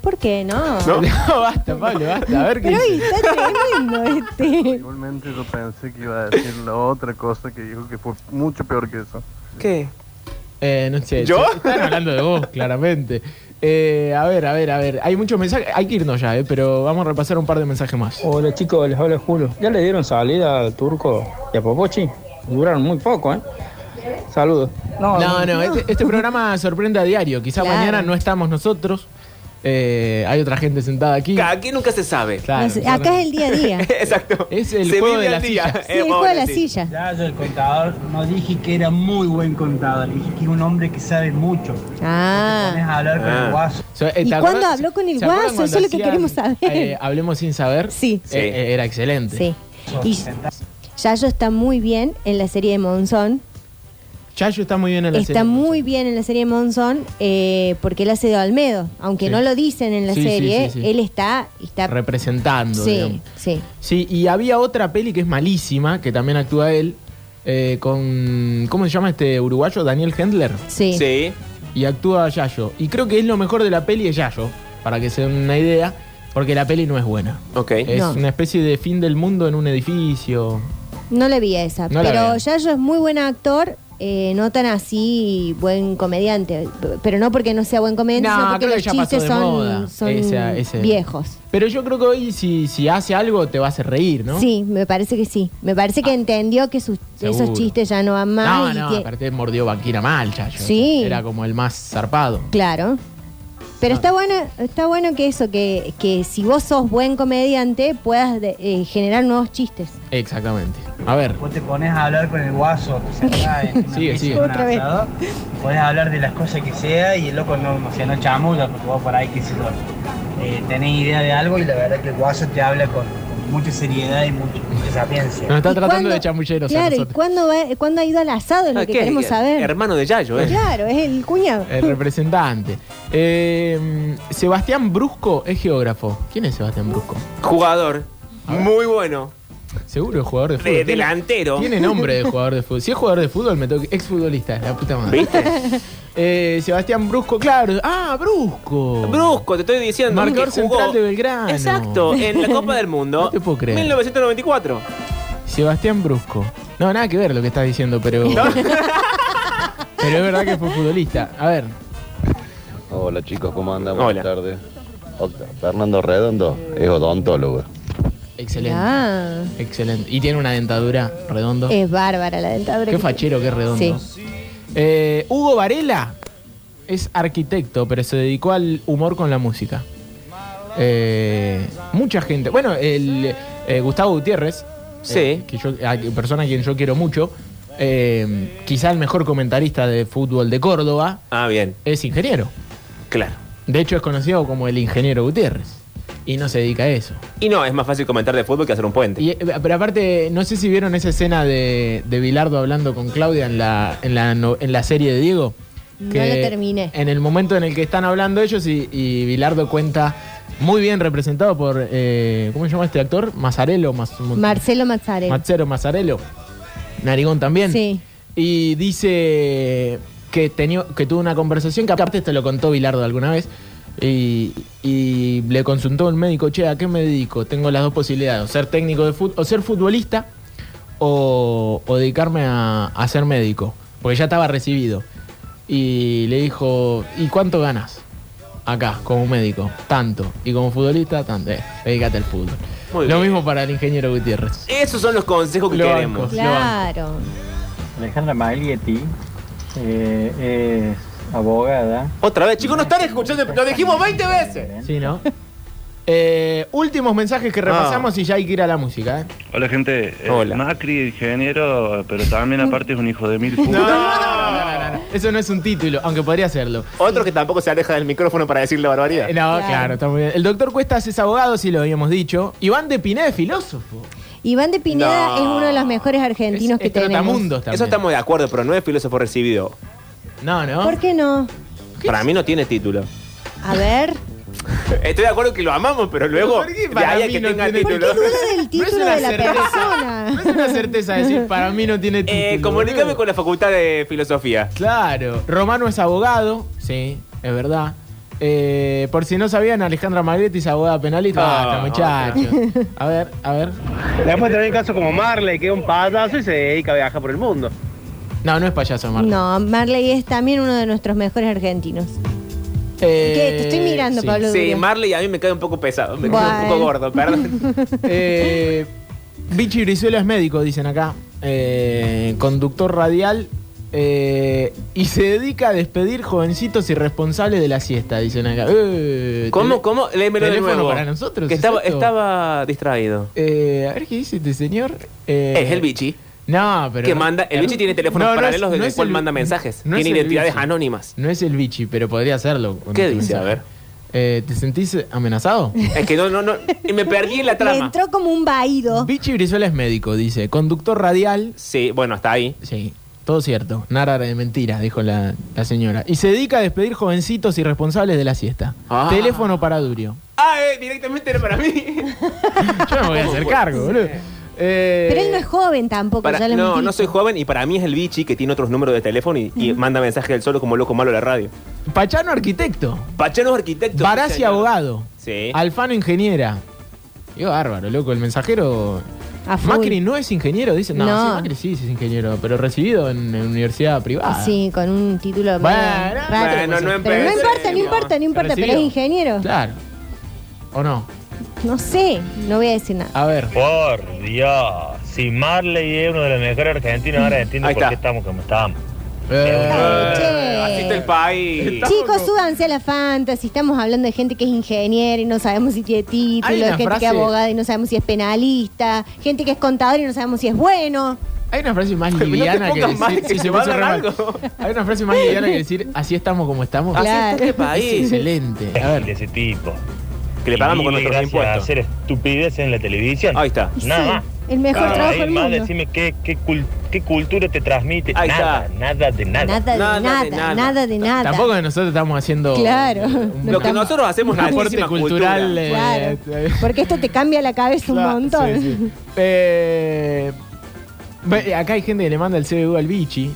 Speaker 6: ¿Por qué no?
Speaker 7: No.
Speaker 5: No, basta, Pablo, basta. A ver qué
Speaker 6: Pero hoy
Speaker 5: dice.
Speaker 6: está tremendo este.
Speaker 17: Igualmente yo pensé que iba a decir la otra cosa que dijo que fue mucho peor que eso.
Speaker 7: ¿Qué?
Speaker 5: Eh, no sé.
Speaker 17: ¿Yo?
Speaker 5: Están hablando de vos, claramente. Eh, a ver, a ver, a ver. Hay muchos mensajes. Hay que irnos ya, eh, pero vamos a repasar un par de mensajes más.
Speaker 18: Hola chicos, les habla Julio. ¿Ya le dieron salida al turco y a Popochi? Duraron muy poco, ¿eh? Saludos.
Speaker 5: No, no, Este, este programa sorprende a diario. Quizá
Speaker 6: Claro.
Speaker 5: mañana no estamos nosotros. Eh, hay otra gente sentada aquí.
Speaker 7: Aquí nunca se sabe.
Speaker 5: Claro,
Speaker 6: No sé, acá es el día a día.
Speaker 7: Exacto.
Speaker 5: Es el
Speaker 7: Se
Speaker 5: juego
Speaker 7: vive
Speaker 5: de la
Speaker 7: al día. Eh,
Speaker 5: silla.
Speaker 6: Sí, el juego de la silla.
Speaker 15: Ya yo, el contador, no dije que era muy buen contador, dije que es un hombre que sabe mucho. Pones
Speaker 6: Ah.
Speaker 15: a hablar con el guaso.
Speaker 5: So, eh, ¿te
Speaker 6: ¿Y
Speaker 5: acordás?
Speaker 6: cuándo habló con el
Speaker 5: ¿Se acuerdan
Speaker 6: guaso? Eso
Speaker 5: cuando
Speaker 6: es lo que
Speaker 5: hacían,
Speaker 6: queremos saber.
Speaker 5: eh, hablemos sin saber.
Speaker 6: Sí.
Speaker 5: Eh, eh, era excelente.
Speaker 6: Sí. Y Yayo está muy bien en la serie de Monzón.
Speaker 5: Chayo está muy bien en la
Speaker 6: Está
Speaker 5: serie.
Speaker 6: muy bien en la serie de Monzón eh, porque él hace de Almedo. Aunque
Speaker 5: Sí.
Speaker 6: no lo dicen en la
Speaker 5: Sí, sí,
Speaker 6: serie,
Speaker 5: sí, sí.
Speaker 6: él está... está
Speaker 5: pues, Representando. digamos.
Speaker 6: sí, sí.
Speaker 5: Sí, y había otra peli que es malísima, que también actúa él, eh, con. ¿Cómo se llama este uruguayo? Daniel Hendler.
Speaker 6: Sí.
Speaker 7: Sí.
Speaker 5: Y actúa Yayo. Y creo que es lo mejor de la peli es Yayo, para que se den una idea, porque la peli no es buena.
Speaker 7: Ok.
Speaker 5: Es
Speaker 6: No.
Speaker 5: una especie de fin del mundo en un edificio.
Speaker 6: No la vi a esa,
Speaker 5: No la
Speaker 6: pero
Speaker 5: vean.
Speaker 6: Yayo es muy buen actor, eh, no tan así buen comediante, p- pero no porque no sea buen comediante,
Speaker 5: No,
Speaker 6: sino porque
Speaker 5: creo que
Speaker 6: los
Speaker 5: ya pasó
Speaker 6: chistes
Speaker 5: de
Speaker 6: son,
Speaker 5: moda.
Speaker 6: son
Speaker 5: Esa- ese-
Speaker 6: viejos.
Speaker 5: Pero yo creo que hoy, si, si hace algo, te va a hacer reír, ¿no? Ah.
Speaker 6: Sí, me parece que sí. Me parece que entendió que sus, esos
Speaker 5: Seguro.
Speaker 6: chistes ya no van
Speaker 5: No,
Speaker 6: más. y
Speaker 5: no,
Speaker 6: que-
Speaker 5: aparte mordió Vaquira mal, Yayo.
Speaker 6: Sí.
Speaker 5: Era como el más zarpado.
Speaker 6: claro. Pero está bueno, está bueno que eso, que, que si vos sos buen comediante puedas de- eh, generar nuevos chistes.
Speaker 5: Exactamente. A ver.
Speaker 15: Vos te pones a hablar con el guaso, te sentás en una
Speaker 5: Sigue,
Speaker 15: mesa,
Speaker 5: sigue.
Speaker 15: en un
Speaker 5: Otra vez.
Speaker 15: asado, podés hablar de las cosas que sea y el loco no, o sea, no chamulla, porque vos por ahí, qué sé yo, eh, tenés idea de algo y la verdad que el guaso te habla con, con mucha seriedad y mucha, mucha sapiencia.
Speaker 5: Nos está
Speaker 6: ¿Y
Speaker 5: tratando
Speaker 6: cuándo-
Speaker 5: de chamulleros. a
Speaker 6: Claro, ¿y
Speaker 5: nosotros.
Speaker 6: cuándo, va- cuándo ha ido al asado? Es lo
Speaker 5: Ah,
Speaker 6: que
Speaker 5: ¿qué?
Speaker 6: queremos saber.
Speaker 7: Hermano de Yayo, ¿eh?
Speaker 6: Claro, es el cuñado.
Speaker 5: El representante. Eh, Sebastián Brusco es geógrafo. ¿Quién es Sebastián Brusco?
Speaker 7: Jugador. Muy bueno.
Speaker 5: Seguro es jugador de fútbol.
Speaker 7: De-
Speaker 5: Tiene-
Speaker 7: delantero.
Speaker 5: Tiene nombre de jugador de fútbol. Si es jugador de fútbol, me toca exfutbolista, la puta madre.
Speaker 7: ¿Viste?
Speaker 5: Eh, Sebastián Brusco, claro. Ah, Brusco.
Speaker 7: Brusco, te estoy diciendo.
Speaker 5: Marcador
Speaker 7: que jugó-
Speaker 5: central de Belgrano.
Speaker 7: Exacto, en la Copa del Mundo.
Speaker 5: No te puedo creer. Eh,
Speaker 7: 1994.
Speaker 5: Sebastián Brusco. No, nada que ver lo que estás diciendo, pero. pero es verdad que fue futbolista. A ver.
Speaker 19: Hola chicos, ¿cómo andan? Buenas tardes. Octa, Fernando Redondo es odontólogo.
Speaker 5: Excelente.
Speaker 6: Ah,
Speaker 5: Excelente. Y tiene una dentadura redondo.
Speaker 6: es bárbara la dentadura.
Speaker 5: Qué
Speaker 6: que-
Speaker 5: fachero, qué redondo.
Speaker 6: Sí.
Speaker 5: Eh, Hugo Varela es arquitecto, pero se dedicó al humor con la música. Eh, mucha gente. Bueno, el eh, Gustavo Gutiérrez,
Speaker 7: Sí.
Speaker 5: eh, que yo- a- persona a quien yo quiero mucho, eh, quizá el mejor comentarista de fútbol de Córdoba,
Speaker 7: Ah, bien,
Speaker 5: es ingeniero.
Speaker 7: claro.
Speaker 5: De hecho, es conocido como el ingeniero Gutiérrez. Y no se dedica a eso.
Speaker 7: Y no, es más fácil comentar de fútbol que hacer un puente.
Speaker 5: Y, eh, pero aparte, no sé si vieron esa escena de, de Bilardo hablando con Claudia en la, en la, no- en la serie de Diego.
Speaker 6: No
Speaker 5: que
Speaker 6: la terminé.
Speaker 5: En el momento en el que están hablando ellos y, y Bilardo cuenta muy bien representado por, eh, ¿cómo se llama este actor? Mazzarello. Mas-
Speaker 6: Marcelo Mazzarelli.
Speaker 5: Mazzaro Mazzarello. Narigón también.
Speaker 6: Sí.
Speaker 5: Y dice que, tenía, que tuvo una conversación, que aparte te lo contó Bilardo alguna vez, y, y le consultó un médico, che, ¿a qué me dedico? Tengo las dos posibilidades, o ser técnico de fútbol, o ser futbolista, o, o dedicarme a, a ser médico, porque ya estaba recibido. Y le dijo, ¿y cuánto ganas? Acá, como médico, tanto. Y como futbolista, tanto. Eh, dedícate al fútbol.
Speaker 7: Muy
Speaker 5: Lo
Speaker 7: bien.
Speaker 5: mismo para el ingeniero Gutiérrez.
Speaker 7: Esos son los consejos que
Speaker 5: Lo banco.
Speaker 7: queremos.
Speaker 6: Claro.
Speaker 20: Alejandra Maglietti eh, es abogada.
Speaker 7: Otra vez, chicos, no están escuchando, lo dijimos 20 veces.
Speaker 5: Sí, ¿no? Eh, últimos mensajes que repasamos y ya hay que ir a la música, ¿eh?
Speaker 21: Hola gente, Eh, Macri, ingeniero, pero también aparte es un hijo de mil
Speaker 7: Ah.
Speaker 5: Eso no es un título, aunque podría serlo.
Speaker 7: Otro que tampoco se aleja del micrófono para decir la barbaridad.
Speaker 5: Eh, No, claro. está muy bien. El doctor Cuestas es abogado, sí lo habíamos dicho. Iván de Pineda es filósofo.
Speaker 6: Iván de Pineda
Speaker 7: No.
Speaker 6: es uno de los mejores argentinos que tenemos.
Speaker 7: Eso estamos de acuerdo, pero no es filósofo recibido.
Speaker 5: No, no.
Speaker 6: ¿Por qué no?
Speaker 7: Para mí no tiene título.
Speaker 6: A ver.
Speaker 7: Estoy de acuerdo que lo amamos, pero luego
Speaker 5: ¿Por qué
Speaker 7: de
Speaker 5: para
Speaker 7: ahí a
Speaker 5: mí
Speaker 7: que
Speaker 5: no
Speaker 7: tenga
Speaker 5: tiene
Speaker 7: título.
Speaker 5: título?
Speaker 6: El título
Speaker 5: una
Speaker 6: de la
Speaker 5: certeza.
Speaker 6: persona.
Speaker 5: No es una certeza decir, para mí no tiene título.
Speaker 7: Eh, comunícame con la Facultad de Filosofía.
Speaker 5: Claro. Romano es abogado, sí, es verdad. Eh, por si no sabían, Alejandra Magretti es abogada penalista. Basta,
Speaker 22: Ah,
Speaker 5: muchachos. A ver, a ver.
Speaker 22: Después también casos como Marley, que es un payaso y se dedica a viajar por el mundo.
Speaker 5: No, no es payaso, Marta.
Speaker 6: No, Marley es también uno de nuestros mejores argentinos.
Speaker 5: Eh,
Speaker 6: ¿Qué? Te estoy mirando,
Speaker 7: sí.
Speaker 6: Pablo
Speaker 7: Sí,
Speaker 6: Durio.
Speaker 7: Marley a mí me cae un poco pesado, me cae un poco
Speaker 6: Bueno.
Speaker 7: gordo, perdón.
Speaker 5: Eh, Vichy Brizuela es médico, dicen acá. Eh, conductor radial. eh, y se dedica a despedir jovencitos irresponsables de la siesta, dicen acá. Eh,
Speaker 7: ¿Cómo,
Speaker 5: tele-
Speaker 7: cómo? Léemelo de
Speaker 5: teléfono
Speaker 7: nuevo.
Speaker 5: para nosotros.
Speaker 7: Que
Speaker 5: ¿es
Speaker 7: estaba,
Speaker 5: esto?
Speaker 7: estaba distraído.
Speaker 5: Eh, a ver qué dice este señor. Eh,
Speaker 7: es el bichi.
Speaker 5: No, pero.
Speaker 7: que manda, el bichi tiene teléfonos
Speaker 5: No, no
Speaker 7: paralelos
Speaker 5: es-
Speaker 7: desde
Speaker 5: no
Speaker 7: el
Speaker 5: es
Speaker 7: cual
Speaker 5: el-
Speaker 7: manda mensajes.
Speaker 5: no es
Speaker 7: tiene
Speaker 5: el
Speaker 7: identidades
Speaker 5: bichi.
Speaker 7: anónimas.
Speaker 5: No es el bichi, pero podría hacerlo. con
Speaker 7: ¿Qué
Speaker 5: tu
Speaker 7: dice?
Speaker 5: mensaje.
Speaker 7: A ver.
Speaker 5: Eh, ¿Te sentís amenazado?
Speaker 7: Es que no, no, no. y Me perdí en la
Speaker 6: Le
Speaker 7: trama.
Speaker 6: entró como un vaído.
Speaker 5: Vichy Brizuela es médico, dice. Conductor radial.
Speaker 7: Sí, bueno, hasta ahí.
Speaker 5: Sí, todo cierto. Nada de mentiras, dijo la, la señora. Y se dedica a despedir jovencitos irresponsables de la siesta.
Speaker 7: Ah.
Speaker 5: Teléfono para Durio.
Speaker 7: Ah, eh, directamente era para mí.
Speaker 5: Yo no me voy a hacer cargo, boludo. Eh,
Speaker 6: Pero él no es joven tampoco,
Speaker 7: Para-
Speaker 6: ya lo hemos
Speaker 7: no, no
Speaker 6: dicho.
Speaker 7: soy joven y para mí es el bichi que tiene otros números de teléfono y, y manda mensajes del solo como loco malo a la radio.
Speaker 5: Pachano arquitecto.
Speaker 7: Pachano es arquitecto.
Speaker 5: Barassi
Speaker 7: señor.
Speaker 5: abogado.
Speaker 7: Sí.
Speaker 5: Alfano ingeniera. Yo bárbaro, loco. El mensajero.
Speaker 6: A full.
Speaker 5: Macri no es ingeniero, dicen. No,
Speaker 6: No.
Speaker 5: sí, Macri sí, sí es ingeniero, pero recibido en, en universidad privada.
Speaker 6: Sí, con un título.
Speaker 5: Bueno,
Speaker 6: medio raro.
Speaker 5: bueno, no
Speaker 6: pero no importa, no
Speaker 5: empecemos.
Speaker 6: importa, no importa, pero es
Speaker 5: Recibido.
Speaker 6: ingeniero.
Speaker 5: Claro. ¿O no?
Speaker 6: No sé, no voy a decir nada.
Speaker 5: A ver.
Speaker 23: Por Dios, si Marley es uno de los mejores argentinos, ahora entiendo
Speaker 7: Ahí
Speaker 23: por
Speaker 7: está.
Speaker 23: qué estamos como estamos.
Speaker 5: Eh,
Speaker 6: Che.
Speaker 7: Eh, Así está el país.
Speaker 6: Chicos, súbanse a la fantasy. Estamos hablando de gente que es ingeniera y no sabemos si tiene título,
Speaker 5: Hay una
Speaker 6: gente que es
Speaker 5: frase-
Speaker 6: abogada y no sabemos si es penalista, gente que es contador y no sabemos si es bueno.
Speaker 5: Hay una frase más
Speaker 7: No te
Speaker 5: liviana que
Speaker 7: pongas
Speaker 5: decir.
Speaker 7: mal, que
Speaker 5: sí,
Speaker 7: te
Speaker 5: se
Speaker 7: va a
Speaker 5: puso re
Speaker 7: dar
Speaker 5: mal. Hay una frase más liviana que decir, así estamos como estamos.
Speaker 6: Así está este
Speaker 5: Es
Speaker 6: país.
Speaker 5: excelente. A ver.
Speaker 23: Ese tipo.
Speaker 7: Que le pagamos con
Speaker 23: Vivir
Speaker 7: nuestros
Speaker 23: gracias a
Speaker 7: impuestos.
Speaker 23: hacer estupideces en la televisión.
Speaker 7: Ahí está.
Speaker 23: Nada
Speaker 6: Sí,
Speaker 23: más.
Speaker 6: el mejor
Speaker 23: Nada,
Speaker 6: trabajo
Speaker 23: ahí
Speaker 6: del
Speaker 23: más
Speaker 6: mundo.
Speaker 23: decime qué, qué cul- qué cultura te transmite.
Speaker 7: Ahí
Speaker 23: nada,
Speaker 7: está.
Speaker 23: nada de nada.
Speaker 6: Nada de nada, nada de nada.
Speaker 5: Tampoco que nosotros estamos haciendo
Speaker 6: Claro. no
Speaker 7: Lo que
Speaker 6: estamos-
Speaker 7: nosotros hacemos
Speaker 5: un
Speaker 7: es una
Speaker 5: aporte
Speaker 7: altísima
Speaker 5: cultural.
Speaker 7: cultura.
Speaker 5: eh,
Speaker 6: Claro. Porque esto te cambia la cabeza un montón.
Speaker 5: Sí, sí. Eh, ve, acá hay gente que le manda el CBU al bichi.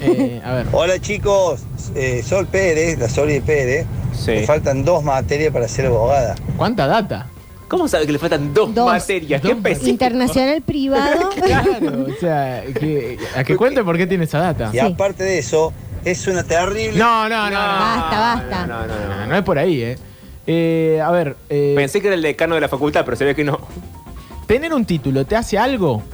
Speaker 5: Eh, a ver.
Speaker 1: Hola chicos, eh, Sol Pérez, la Sol y Pérez. Me faltan dos materias para ser abogada.
Speaker 5: ¿Cuánta data?
Speaker 7: ¿Cómo sabe que le faltan dos, materias? ¿Qué pesito?
Speaker 6: Internacional privado.
Speaker 5: Claro, o sea, que, a que cuente por qué tiene esa data.
Speaker 1: Y aparte de eso, es una terrible.
Speaker 5: No, no, no.
Speaker 6: Basta, basta.
Speaker 7: No, no, no.
Speaker 5: No, no es por ahí, ¿eh? Eh, a ver, eh,
Speaker 7: Pensé que era el decano de la facultad, pero se ve que no.
Speaker 5: ¿tener un título te hace algo?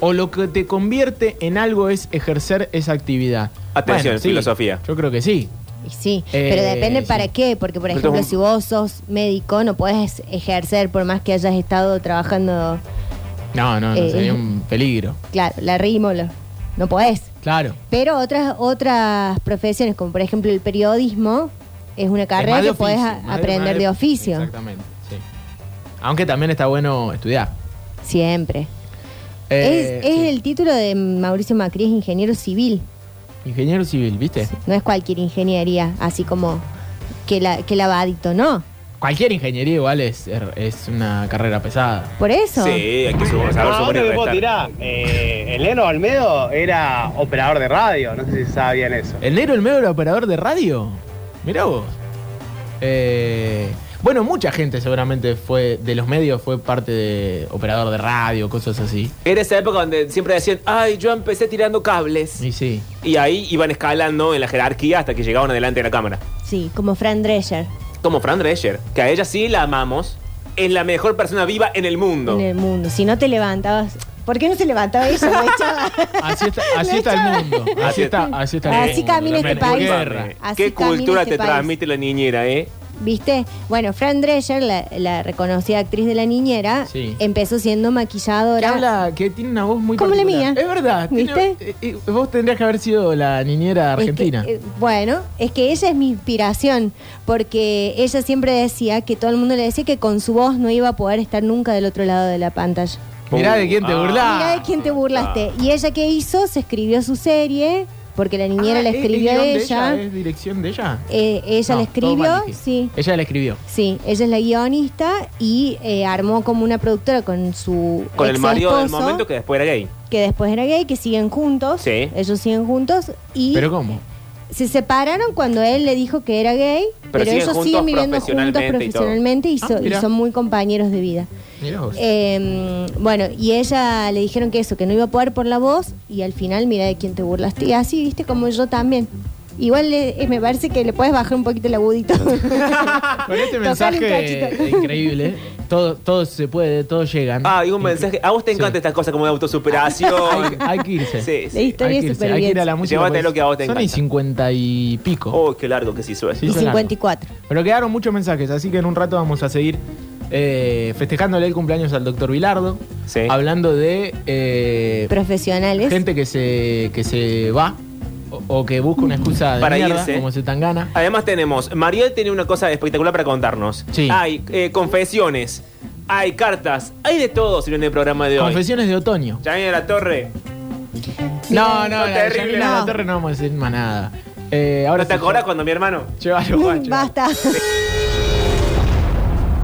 Speaker 5: ¿O lo que te convierte en algo es ejercer esa actividad?
Speaker 7: Atención,
Speaker 5: Bueno, sí,
Speaker 7: filosofía.
Speaker 5: Yo creo que sí.
Speaker 6: Y Sí,
Speaker 5: Eh,
Speaker 6: pero depende
Speaker 5: sí.
Speaker 6: para qué, porque por
Speaker 5: Pero
Speaker 6: ejemplo,
Speaker 5: esto es
Speaker 6: si vos sos médico, no puedes ejercer por más que hayas estado trabajando,
Speaker 5: No, no, no,
Speaker 6: Eh,
Speaker 5: sería un peligro.
Speaker 6: claro, la rímolo, no podés.
Speaker 5: Claro.
Speaker 6: Pero otras otras profesiones, como por ejemplo el periodismo, es una carrera
Speaker 5: más de
Speaker 6: que podés
Speaker 5: oficio,
Speaker 6: a-
Speaker 5: más de-
Speaker 6: aprender
Speaker 5: más de-
Speaker 6: de oficio.
Speaker 5: Exactamente, sí. Aunque también está bueno estudiar.
Speaker 6: Siempre.
Speaker 5: Eh,
Speaker 6: es es el título de Mauricio Macri, es ingeniero civil.
Speaker 5: Ingeniero civil, ¿viste?
Speaker 6: No es cualquier ingeniería, así como que la, que lavadito, no.
Speaker 5: Cualquier ingeniería igual es, er, es una carrera pesada.
Speaker 6: Por eso.
Speaker 7: Sí, hay que
Speaker 22: No,
Speaker 7: saber suponer
Speaker 22: Ah, ¿dónde
Speaker 7: y
Speaker 22: me puedo
Speaker 7: restar.
Speaker 22: tirar? Eh, el Neno Almedo era operador de radio, no sé si sabían eso.
Speaker 5: ¿El negro, el medio era operador de radio? Mirá vos. Eh, bueno, mucha gente seguramente fue de los medios fue parte de operador de radio, cosas así.
Speaker 7: Era esa época donde siempre decían, ay, yo empecé tirando cables.
Speaker 5: Y sí.
Speaker 7: Y ahí iban escalando en la jerarquía hasta que llegaban adelante de la cámara.
Speaker 6: Sí, como Fran Drescher
Speaker 7: Como Fran Drescher, que a ella sí la amamos. Es la mejor persona viva en el mundo.
Speaker 6: en el mundo. Si no te levantabas, ¿por qué no se levantaba ella? Lo echaba.
Speaker 5: Así está, así está el mundo. Así está, así está el
Speaker 6: Así
Speaker 5: mundo.
Speaker 6: camina este
Speaker 5: También.
Speaker 6: país.
Speaker 5: Guerra.
Speaker 6: Así
Speaker 7: ¿Qué
Speaker 6: camina
Speaker 7: cultura
Speaker 6: este
Speaker 7: te
Speaker 6: país.
Speaker 7: transmite la niñera, eh?
Speaker 6: ¿Viste? Bueno, Fran Drescher, la, la reconocida actriz de La Niñera,
Speaker 5: Sí.
Speaker 6: empezó siendo
Speaker 5: Que
Speaker 6: maquilladora.
Speaker 5: habla, que tiene una voz muy
Speaker 6: Como la
Speaker 5: particular.
Speaker 6: mía.
Speaker 5: Es verdad. tiene-
Speaker 6: ¿Viste?
Speaker 5: eh, eh, vos tendrías que haber sido la niñera
Speaker 6: Es que,
Speaker 5: argentina.
Speaker 6: eh, bueno, es que ella es mi inspiración, porque ella siempre decía que todo el mundo le decía que con su voz no iba a poder estar nunca del otro lado de la pantalla.
Speaker 5: Mirá de quién te
Speaker 7: ah.
Speaker 5: burlás.
Speaker 6: Mirá de quién te burlaste.
Speaker 5: Ah.
Speaker 6: Y ella qué hizo, se escribió su serie, porque la niñera la
Speaker 5: Ah, ¿es- es
Speaker 6: escribió
Speaker 5: guión
Speaker 6: de
Speaker 5: de
Speaker 6: ella.
Speaker 5: ¿Es dirección de ella?
Speaker 6: Eh, ella
Speaker 5: No,
Speaker 6: la
Speaker 5: todo mal
Speaker 6: escribió,
Speaker 5: dije.
Speaker 6: sí.
Speaker 5: Ella la escribió.
Speaker 6: Sí, ella es la guionista y eh, armó como una productora con su
Speaker 7: Con el marido del
Speaker 6: exesposo,
Speaker 7: momento que después era gay.
Speaker 5: Mm.
Speaker 6: que después era gay, que siguen juntos.
Speaker 7: Sí.
Speaker 6: Ellos siguen juntos y
Speaker 5: ¿Pero cómo?
Speaker 6: se separaron cuando él le dijo que era gay,
Speaker 7: Pero
Speaker 6: pero,
Speaker 7: siguen
Speaker 6: ellos
Speaker 7: juntos
Speaker 6: siguen viviendo juntos
Speaker 7: profesionalmente y todo.
Speaker 6: profesionalmente y, so-
Speaker 5: Ah,
Speaker 6: y
Speaker 5: mirá.
Speaker 6: son muy compañeros de vida.
Speaker 5: Mirá vos.
Speaker 6: Eh, bueno, y ella le dijeron que eso, que no iba a poder por la voz y al final mira de quién te burlaste. Y así, viste, como yo también. Igual le- eh, me parece que le puedes bajar un poquito el agudito.
Speaker 5: Con este
Speaker 6: Tocale un cachito.
Speaker 5: mensaje increíble, todo, todo se puede, todos llegan.
Speaker 7: Ah, digo un mensaje. A vos te encantan estas cosas como de
Speaker 5: hay,
Speaker 7: autosuperación.
Speaker 5: hay que irse.
Speaker 7: sí,
Speaker 6: La
Speaker 7: sí.
Speaker 6: historia
Speaker 5: hay
Speaker 6: es
Speaker 5: que irse,
Speaker 6: súper
Speaker 5: hay que ir a la
Speaker 6: bien.
Speaker 5: música.
Speaker 7: Llévate
Speaker 5: porque
Speaker 7: lo que a vos te
Speaker 5: Son y
Speaker 7: encanta.
Speaker 5: 50 y pico.
Speaker 7: Oh, qué largo que se hizo eso.
Speaker 5: Sí,
Speaker 6: Y
Speaker 5: son largos.
Speaker 6: 54.
Speaker 5: Pero quedaron muchos mensajes, así que en un rato vamos a seguir eh, festejándole el cumpleaños al doctor Vilardo.
Speaker 7: Sí.
Speaker 5: Hablando de eh,
Speaker 6: Profesionales.
Speaker 5: gente que se, que se va o, o que busca una excusa de
Speaker 7: Para
Speaker 5: mierda,
Speaker 7: irse.
Speaker 5: como se tangana.
Speaker 7: Además tenemos, Mariel tiene una cosa espectacular para contarnos.
Speaker 5: Sí.
Speaker 7: Hay eh, confesiones, hay cartas, hay de todo si en el programa de hoy.
Speaker 5: Confesiones de otoño.
Speaker 7: Ya viene la torre.
Speaker 5: No, no, la
Speaker 7: No, terrible.
Speaker 5: Yanina de la
Speaker 6: No.
Speaker 5: Torre no vamos a decir más nada. Eh, ahora
Speaker 7: ¿No te
Speaker 5: sí,
Speaker 7: acordás cuando mi hermano?
Speaker 5: Llévalo, guacho.
Speaker 6: Basta.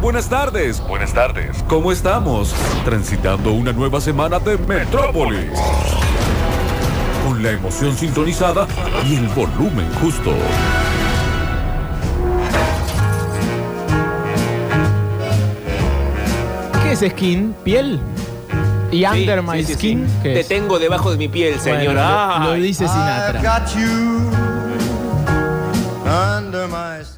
Speaker 2: Buenas tardes. Buenas tardes. ¿Cómo estamos? Transitando una nueva semana de Metrópolis. Con la emoción sintonizada y el volumen justo.
Speaker 5: ¿Qué es skin? ¿Piel? Y
Speaker 7: Sí,
Speaker 5: under
Speaker 7: sí,
Speaker 5: my
Speaker 7: sí, sí.
Speaker 5: skin. ¿qué
Speaker 7: Te
Speaker 5: es?
Speaker 7: tengo debajo de mi piel,
Speaker 5: Bueno,
Speaker 7: señor.
Speaker 5: lo-
Speaker 7: Ay.
Speaker 5: lo, dice Sinatra.
Speaker 8: Got you under my